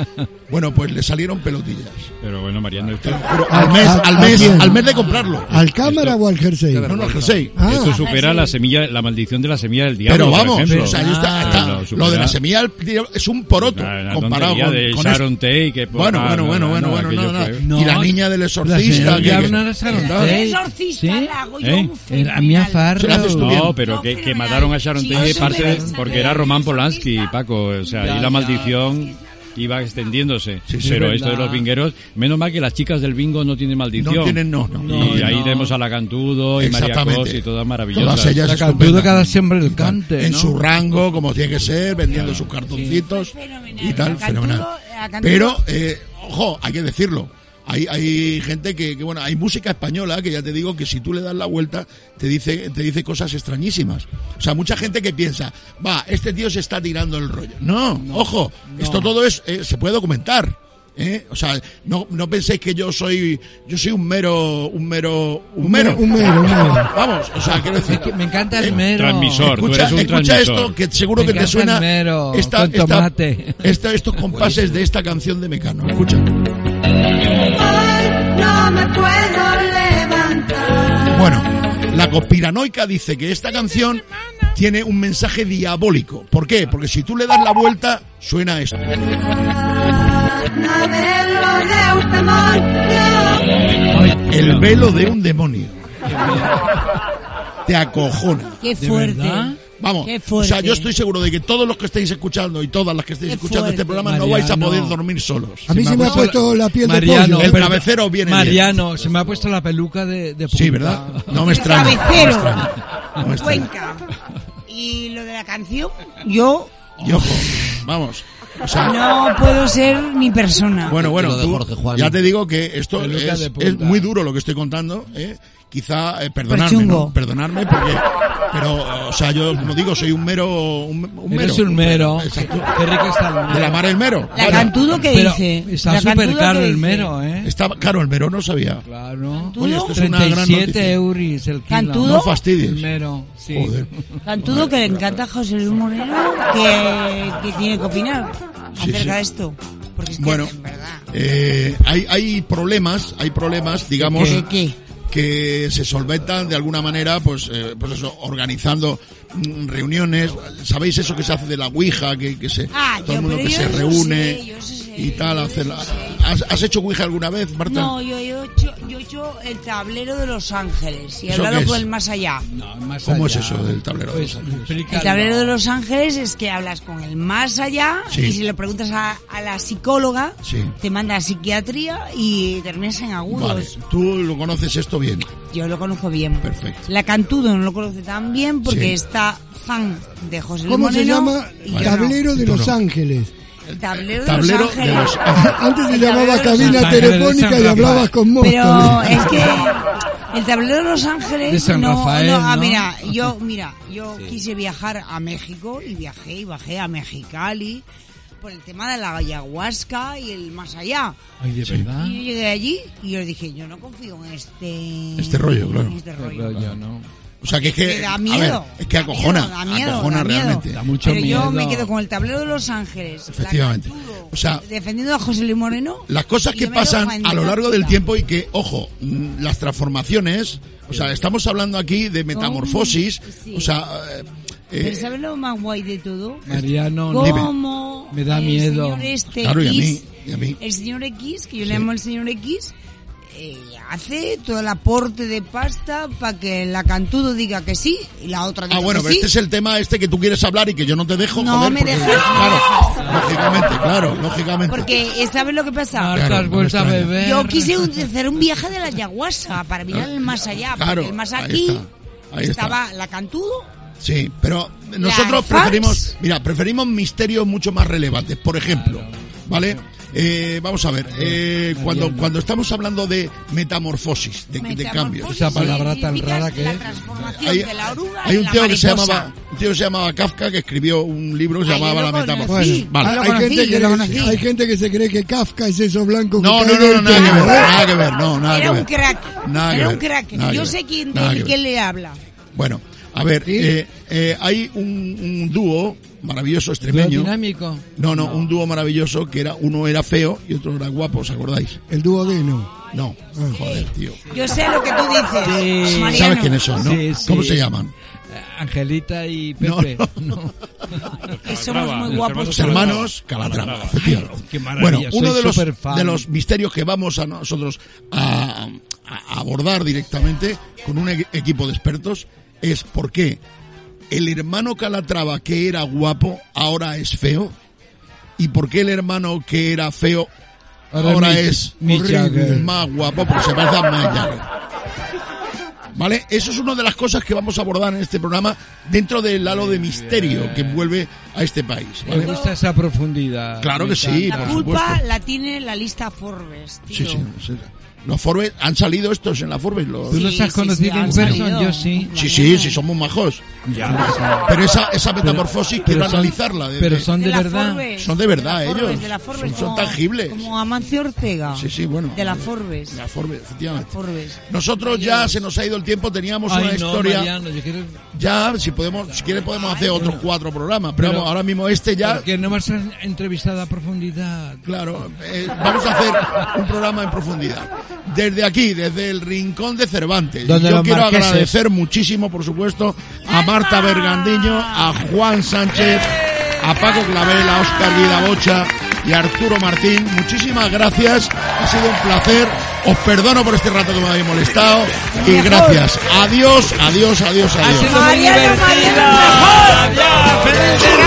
Speaker 2: Bueno, pues le salieron pelotillas.
Speaker 1: Pero bueno, Mariano, esto-
Speaker 2: Pero
Speaker 5: Ah,
Speaker 2: al mes,
Speaker 1: ¿A-
Speaker 2: al
Speaker 1: a
Speaker 2: mes,
Speaker 1: quién?
Speaker 2: al mes de comprarlo.
Speaker 5: ¿Al cámara o al jersey?
Speaker 2: No, no, al jersey.
Speaker 1: Esto supera la semilla, la maldición de la semilla del diablo.
Speaker 2: Ah. Pero
Speaker 1: por
Speaker 2: vamos,
Speaker 1: ejemplo.
Speaker 2: o sea, ahí está-
Speaker 1: Ah,
Speaker 2: está-
Speaker 1: no, supera
Speaker 2: lo de la semilla del diablo es un poroto
Speaker 1: la
Speaker 2: comparado
Speaker 1: tontería
Speaker 2: con,
Speaker 1: Ah, de
Speaker 2: con este.
Speaker 1: Sharon
Speaker 2: esto.
Speaker 1: Tate, que-
Speaker 2: bueno,
Speaker 1: ah,
Speaker 2: bueno,
Speaker 1: no,
Speaker 2: bueno,
Speaker 1: no,
Speaker 2: bueno,
Speaker 1: no,
Speaker 2: bueno,
Speaker 1: aquello
Speaker 2: no, no.
Speaker 1: fue-
Speaker 2: Y la niña del
Speaker 4: La
Speaker 2: exorcista.
Speaker 4: señora
Speaker 2: que-
Speaker 4: Diablo era Sharon Tate.
Speaker 8: El exorcista
Speaker 4: Sí.
Speaker 8: la hago yo
Speaker 1: ¿Eh?
Speaker 8: un
Speaker 4: Era Mia Farrow.
Speaker 1: No, pero que, que mataron a Sharon
Speaker 4: Sí,
Speaker 1: Tate
Speaker 4: eso
Speaker 1: parte
Speaker 4: me
Speaker 1: de-
Speaker 4: da-
Speaker 1: porque era Roman Polanski, Paco. O sea,
Speaker 4: Ya,
Speaker 1: y
Speaker 4: ya.
Speaker 1: la maldición iba extendiéndose.
Speaker 4: sí,
Speaker 1: pero
Speaker 4: es
Speaker 1: esto de
Speaker 4: verdad.
Speaker 1: los vingueros, menos mal que las chicas del bingo no tienen maldición.
Speaker 2: No tienen, no, no.
Speaker 1: Y
Speaker 4: No,
Speaker 1: ahí
Speaker 4: no.
Speaker 1: vemos a la Cantudo y María
Speaker 2: Exactamente.
Speaker 1: Cos y todas maravillosas.
Speaker 2: Todas ellas
Speaker 4: La
Speaker 2: estupendas.
Speaker 4: cantudo cada siempre el cante.
Speaker 2: en
Speaker 4: ¿no?
Speaker 2: su rango, como tiene que ser, vendiendo sus cartoncitos y tal, fenomenal. Pero, eh, ojo, hay que decirlo. Hay, hay gente que, que, bueno, hay música española que ya te digo que si tú le das la vuelta te dice, te dice cosas extrañísimas. O sea, mucha gente que piensa, va, este tío se está tirando el rollo. No, ojo, esto todo es, eh, se puede documentar. ¿eh? O sea, no, no penséis que yo soy, yo soy un mero, un mero, un mero.
Speaker 5: un mero, un mero.
Speaker 2: Vamos, o sea, quiero decir.
Speaker 4: Me encanta el mero.
Speaker 1: transmisor, tú
Speaker 2: Escucha,
Speaker 1: eres un
Speaker 2: escucha
Speaker 1: transmisor.
Speaker 2: esto, que seguro
Speaker 4: Me
Speaker 2: que te
Speaker 4: encanta
Speaker 2: suena
Speaker 4: el mero,
Speaker 2: esta-
Speaker 4: con
Speaker 2: esta-
Speaker 4: tomate.
Speaker 2: esta- estos compases de esta canción de Mecano. Escucha.
Speaker 11: No me puedo levantar.
Speaker 2: Bueno, la conspiranoica dice que esta canción tiene un mensaje diabólico. ¿Por qué? Porque si tú le das la vuelta, suena esto.
Speaker 11: No me lo de un demonio.
Speaker 2: El velo de un demonio. Te acojona.
Speaker 8: Qué fuerte.
Speaker 2: Vamos,
Speaker 8: Qué
Speaker 2: o
Speaker 8: fuerte.
Speaker 2: sea, yo estoy seguro de que todos los que estáis escuchando y todas las que estáis
Speaker 8: Qué
Speaker 2: escuchando este
Speaker 8: fuerte,
Speaker 2: programa no vais a
Speaker 4: Mariano.
Speaker 2: poder dormir solos.
Speaker 5: A mí se me ha puesto la piel de
Speaker 4: Mariano,
Speaker 5: pollo.
Speaker 2: El cabecero viene bien.
Speaker 4: Mariano, se me ha puesto la peluca de, de
Speaker 2: Sí,
Speaker 4: punta.
Speaker 2: ¿verdad? No me extraña.
Speaker 8: Cabecero.
Speaker 2: No me extraña. No me extraña.
Speaker 8: Cuenca. Y lo de la canción, yo
Speaker 2: Y ojo, vamos. O sea,
Speaker 8: no puedo ser ni persona.
Speaker 2: Bueno, bueno, tú- ya te digo que esto
Speaker 4: Peluca
Speaker 2: es,
Speaker 4: de punta.
Speaker 2: es muy duro lo que estoy contando, ¿eh? Quizá, eh, perdonadme,
Speaker 8: chungo.
Speaker 2: ¿no? Perdonadme porque... Pero, o sea, yo, como digo, soy un mero... Un, un mero.
Speaker 4: Eres un mero.
Speaker 2: Exacto.
Speaker 4: Qué rico está el mero.
Speaker 2: De la mar el mero.
Speaker 8: La
Speaker 2: Bueno,
Speaker 8: cantudo que
Speaker 4: Pero
Speaker 8: dice.
Speaker 4: está
Speaker 8: La Cantudo
Speaker 4: súper caro
Speaker 8: que
Speaker 4: el
Speaker 8: dice.
Speaker 4: mero, ¿eh?
Speaker 2: Está caro el mero, no sabía.
Speaker 4: Claro.
Speaker 2: Oye, esto es una gran
Speaker 4: 37
Speaker 2: noticia.
Speaker 4: euros el kilo.
Speaker 8: ¿Cantudo?
Speaker 2: No fastidies.
Speaker 4: El mero, sí.
Speaker 2: Joder.
Speaker 8: Cantudo que le encanta a José Luis Moreno, que, que tiene que opinar
Speaker 2: Sí,
Speaker 8: acerca
Speaker 2: sí.
Speaker 8: de esto. Porque es que,
Speaker 2: Bueno,
Speaker 8: en verdad.
Speaker 2: eh, hay, hay problemas, hay problemas, digamos...
Speaker 8: ¿Qué, qué?
Speaker 2: que se solventan de alguna manera, pues, eh, pues eso, organizando mm, reuniones. ¿Sabéis eso que se hace de la Ouija? Que, que se,
Speaker 8: Ah,
Speaker 2: todo
Speaker 8: yo-
Speaker 2: el mundo
Speaker 8: pero
Speaker 2: que
Speaker 8: yo
Speaker 2: se
Speaker 8: eso
Speaker 2: reúne
Speaker 8: sé, yo eso sé,
Speaker 2: y tal.
Speaker 8: yo
Speaker 2: hacer la-
Speaker 8: eso sé.
Speaker 2: ¿has, has hecho Ouija alguna vez, Marta?
Speaker 8: No, yo he, hecho, yo he hecho el tablero de Los Ángeles y he
Speaker 2: ¿Eso
Speaker 8: hablado
Speaker 2: qué es?
Speaker 8: con el más allá.
Speaker 4: No, más
Speaker 2: ¿Cómo es
Speaker 4: allá.
Speaker 2: eso del tablero?
Speaker 4: Pues,
Speaker 8: El
Speaker 4: explícalo.
Speaker 8: tablero de Los Ángeles es que hablas con el más allá
Speaker 2: Sí.
Speaker 8: y si le preguntas a, a la psicóloga,
Speaker 2: Sí.
Speaker 8: te manda a psiquiatría y terminas en
Speaker 2: Vale,
Speaker 8: agudos.
Speaker 2: tú lo conoces esto bien.
Speaker 8: Yo lo conozco bien.
Speaker 2: Perfecto.
Speaker 8: La Cantudo no lo conoce tan bien porque
Speaker 2: Sí.
Speaker 8: está fan de José Luis
Speaker 5: ¿Cómo se
Speaker 8: Moreno
Speaker 5: llama?
Speaker 8: y yo no.
Speaker 5: Tablero de
Speaker 2: Tú
Speaker 5: Los
Speaker 2: no.
Speaker 5: Ángeles.
Speaker 8: El tablero,
Speaker 2: Tablero
Speaker 8: de
Speaker 2: de
Speaker 8: Los
Speaker 2: Los
Speaker 8: Ángeles.
Speaker 2: Ángeles.
Speaker 5: Antes se
Speaker 8: El tablero
Speaker 5: llamaba
Speaker 8: de Los
Speaker 5: cabina
Speaker 4: Ángeles.
Speaker 5: telefónica y hablabas con Móstoles.
Speaker 8: Pero es que el tablero de Los Ángeles
Speaker 4: De San
Speaker 8: no,
Speaker 4: Rafael,
Speaker 8: no, ah,
Speaker 4: ¿no?
Speaker 8: mira, yo mira, yo quise viajar a México y viajé y bajé a Mexicali por el tema de la ayahuasca y el más allá.
Speaker 4: Ay, de verdad.
Speaker 8: Y yo llegué allí y yo dije, yo no confío en este
Speaker 2: Este rollo, claro.
Speaker 8: en este rollo.
Speaker 4: Yo no.
Speaker 2: O sea, que es
Speaker 8: Me
Speaker 2: que.
Speaker 8: da
Speaker 2: a
Speaker 8: miedo.
Speaker 2: ver, es que
Speaker 8: da
Speaker 2: acojona.
Speaker 8: miedo, da miedo,
Speaker 2: acojona
Speaker 8: da miedo.
Speaker 2: realmente.
Speaker 4: Da mucho
Speaker 8: Pero yo
Speaker 4: miedo.
Speaker 8: me quedo con el tablero de Los Ángeles. la
Speaker 2: Efectivamente.
Speaker 8: Cantudo,
Speaker 2: O sea-
Speaker 8: defendiendo a José Luis Moreno.
Speaker 2: Las cosas
Speaker 8: y
Speaker 2: que
Speaker 8: yo me quedo
Speaker 2: pasan
Speaker 8: con
Speaker 2: a lo largo del
Speaker 8: Antártida.
Speaker 2: tiempo y que, ojo, mm, las transformaciones, o sea, estamos hablando aquí de metamorfosis,
Speaker 8: Oh, Sí.
Speaker 2: o sea, eh, eh,
Speaker 8: Pero ¿sabes lo más guay de todo?
Speaker 4: Mariano, no.
Speaker 8: ¿Cómo?
Speaker 4: Me da
Speaker 8: el
Speaker 4: miedo.
Speaker 8: señor este
Speaker 2: Claro, y a mí,
Speaker 8: X,
Speaker 2: y a mí.
Speaker 8: El señor X, que yo le llamo el señor X, eh, hace todo el aporte de pasta para que la cantudo diga que sí y la otra diga
Speaker 2: ah, bueno,
Speaker 8: que
Speaker 2: pero
Speaker 8: sí.
Speaker 2: este es el tema este que tú quieres hablar y que yo no te dejo,
Speaker 8: No
Speaker 2: joder,
Speaker 8: me
Speaker 2: porque-
Speaker 8: dejas.
Speaker 2: claro, lógicamente, claro, lógicamente.
Speaker 8: Porque, ¿sabes lo que pasa?
Speaker 4: Marta,
Speaker 2: Claro,
Speaker 4: has
Speaker 2: no me
Speaker 4: vuelto a
Speaker 2: extraña.
Speaker 4: beber.
Speaker 8: Yo quise un- hacer un viaje de la ayahuasca para mirar el más allá,
Speaker 2: Claro,
Speaker 8: porque el más
Speaker 2: ahí
Speaker 8: aquí
Speaker 2: está, ahí
Speaker 8: estaba la cantudo.
Speaker 2: Sí, pero nosotros
Speaker 8: Las fax.
Speaker 2: preferimos, mira, preferimos misterios mucho más relevantes. Por ejemplo, ¿vale? Eh, vamos a ver, eh, cuando, cuando estamos hablando de metamorfosis, de, de cambio.
Speaker 8: Metamorfosis
Speaker 4: Esa palabra tan
Speaker 8: significa
Speaker 4: rara que
Speaker 8: la
Speaker 4: es.
Speaker 8: transformación
Speaker 2: Hay,
Speaker 8: de la oruga
Speaker 2: hay
Speaker 8: en
Speaker 2: un
Speaker 8: la
Speaker 2: tío que se
Speaker 8: mariposa.
Speaker 2: llamaba un tío que se llamaba Kafka que escribió un libro que se
Speaker 8: Ay, yo
Speaker 2: llamaba
Speaker 8: lo
Speaker 2: La
Speaker 8: conocí.
Speaker 2: Metamorfosis.
Speaker 8: Bueno,
Speaker 2: Vale.
Speaker 8: yo lo
Speaker 5: hay,
Speaker 8: conocí,
Speaker 5: gente que,
Speaker 8: yo lo conocí.
Speaker 5: hay gente que se cree que Kafka es eso blanco que
Speaker 2: No,
Speaker 5: cae
Speaker 2: no, no, no,
Speaker 5: del
Speaker 2: nada que
Speaker 5: techo.
Speaker 2: ver, nada que ver, no, nada
Speaker 8: "Ah, Era
Speaker 2: que ver.
Speaker 8: un crack.
Speaker 2: Nada que
Speaker 8: Era
Speaker 2: ver,
Speaker 8: un crack.
Speaker 2: nada que
Speaker 8: Yo
Speaker 2: ver,
Speaker 8: sé quién,
Speaker 2: nada
Speaker 8: de
Speaker 2: que ver.
Speaker 8: quién le habla.
Speaker 2: Bueno, a ver, eh, eh, hay un, un dúo maravilloso extremeño.
Speaker 4: dinámico?
Speaker 2: No, no, un dúo maravilloso que era uno era feo y otro era guapo, ¿os acordáis?
Speaker 5: El dúo de no.
Speaker 2: No, joder, tío.
Speaker 8: Yo sé lo que tú dices.
Speaker 2: Sí.
Speaker 8: Mariano.
Speaker 2: ¿Sabes quiénes son, no?
Speaker 4: Sí, sí.
Speaker 2: ¿Cómo se llaman?
Speaker 4: Eh, Angelita y Pepe. No,
Speaker 8: Que somos muy guapos.
Speaker 2: Los hermanos Calatrava. efectivamente.
Speaker 4: Qué maravilla,
Speaker 2: Bueno, uno
Speaker 4: soy
Speaker 2: de los,
Speaker 4: superfan.
Speaker 2: de los misterios que vamos a nosotros a, a abordar directamente con un e- equipo de expertos es por qué el hermano Calatrava que era guapo ahora es feo y por qué el hermano que era feo
Speaker 4: Ahora
Speaker 2: ahora,
Speaker 4: es
Speaker 2: es
Speaker 4: Mick- Mick
Speaker 2: horrible,
Speaker 4: Jagger.
Speaker 2: más guapo porque se parece a Mick Jagger. ¿Vale? Eso es una de las cosas que vamos a abordar en este programa dentro del halo de misterio que envuelve a este país.
Speaker 4: Me
Speaker 2: ¿vale?
Speaker 4: gusta esa profundidad.
Speaker 2: Claro que sí,
Speaker 8: La
Speaker 2: por
Speaker 8: culpa
Speaker 2: supuesto.
Speaker 8: la tiene la lista Forbes, tío.
Speaker 2: Sí, sí, sí. Los Forbes, han salido estos en la Forbes. Los...
Speaker 8: ¿Tú los Sí, has sí, conocido sí, en han persona? salido. Yo sí.
Speaker 2: Sí, sí, sí, son muy majos. Pero esa, esa metamorfosis
Speaker 4: pero
Speaker 2: quiero
Speaker 4: son-
Speaker 2: analizarla. de-
Speaker 4: pero son
Speaker 8: De la Forbes.
Speaker 2: Son de verdad
Speaker 8: la Forbes,
Speaker 2: ellos.
Speaker 8: de la Forbes,
Speaker 2: son, son
Speaker 8: como-
Speaker 2: tangibles.
Speaker 8: Como Amancio Ortega.
Speaker 2: Sí, sí, bueno.
Speaker 8: De la Forbes.
Speaker 2: La Forbes, efectivamente.
Speaker 8: Forbes.
Speaker 2: Nosotros ya se nos ha ido el tiempo, teníamos
Speaker 4: Ay,
Speaker 2: una
Speaker 4: no,
Speaker 2: historia.
Speaker 4: Mariano, yo quiero-
Speaker 2: Ya, si podemos, si quieres podemos hacer otros cuatro programas, pero,
Speaker 4: Pero-
Speaker 2: vamos, ahora mismo este ya.
Speaker 4: Porque no me has entrevistado a profundidad.
Speaker 2: Claro, eh, vamos a hacer un programa en profundidad. Desde aquí, desde el rincón de Cervantes,
Speaker 4: Donde
Speaker 2: yo
Speaker 4: los
Speaker 2: quiero
Speaker 4: marqueses.
Speaker 2: agradecer muchísimo, por supuesto, a Marta Bergandiño, a Juan Sánchez, a Paco Clavel, a Oscar Guida Bocha y a Arturo Martín. Muchísimas gracias, ha sido un placer. Os perdono por este rato que me habéis molestado y
Speaker 4: Mejor.
Speaker 2: gracias. Adiós, adiós, adiós, adiós.
Speaker 4: Mariano, Mariano,
Speaker 10: Adiós.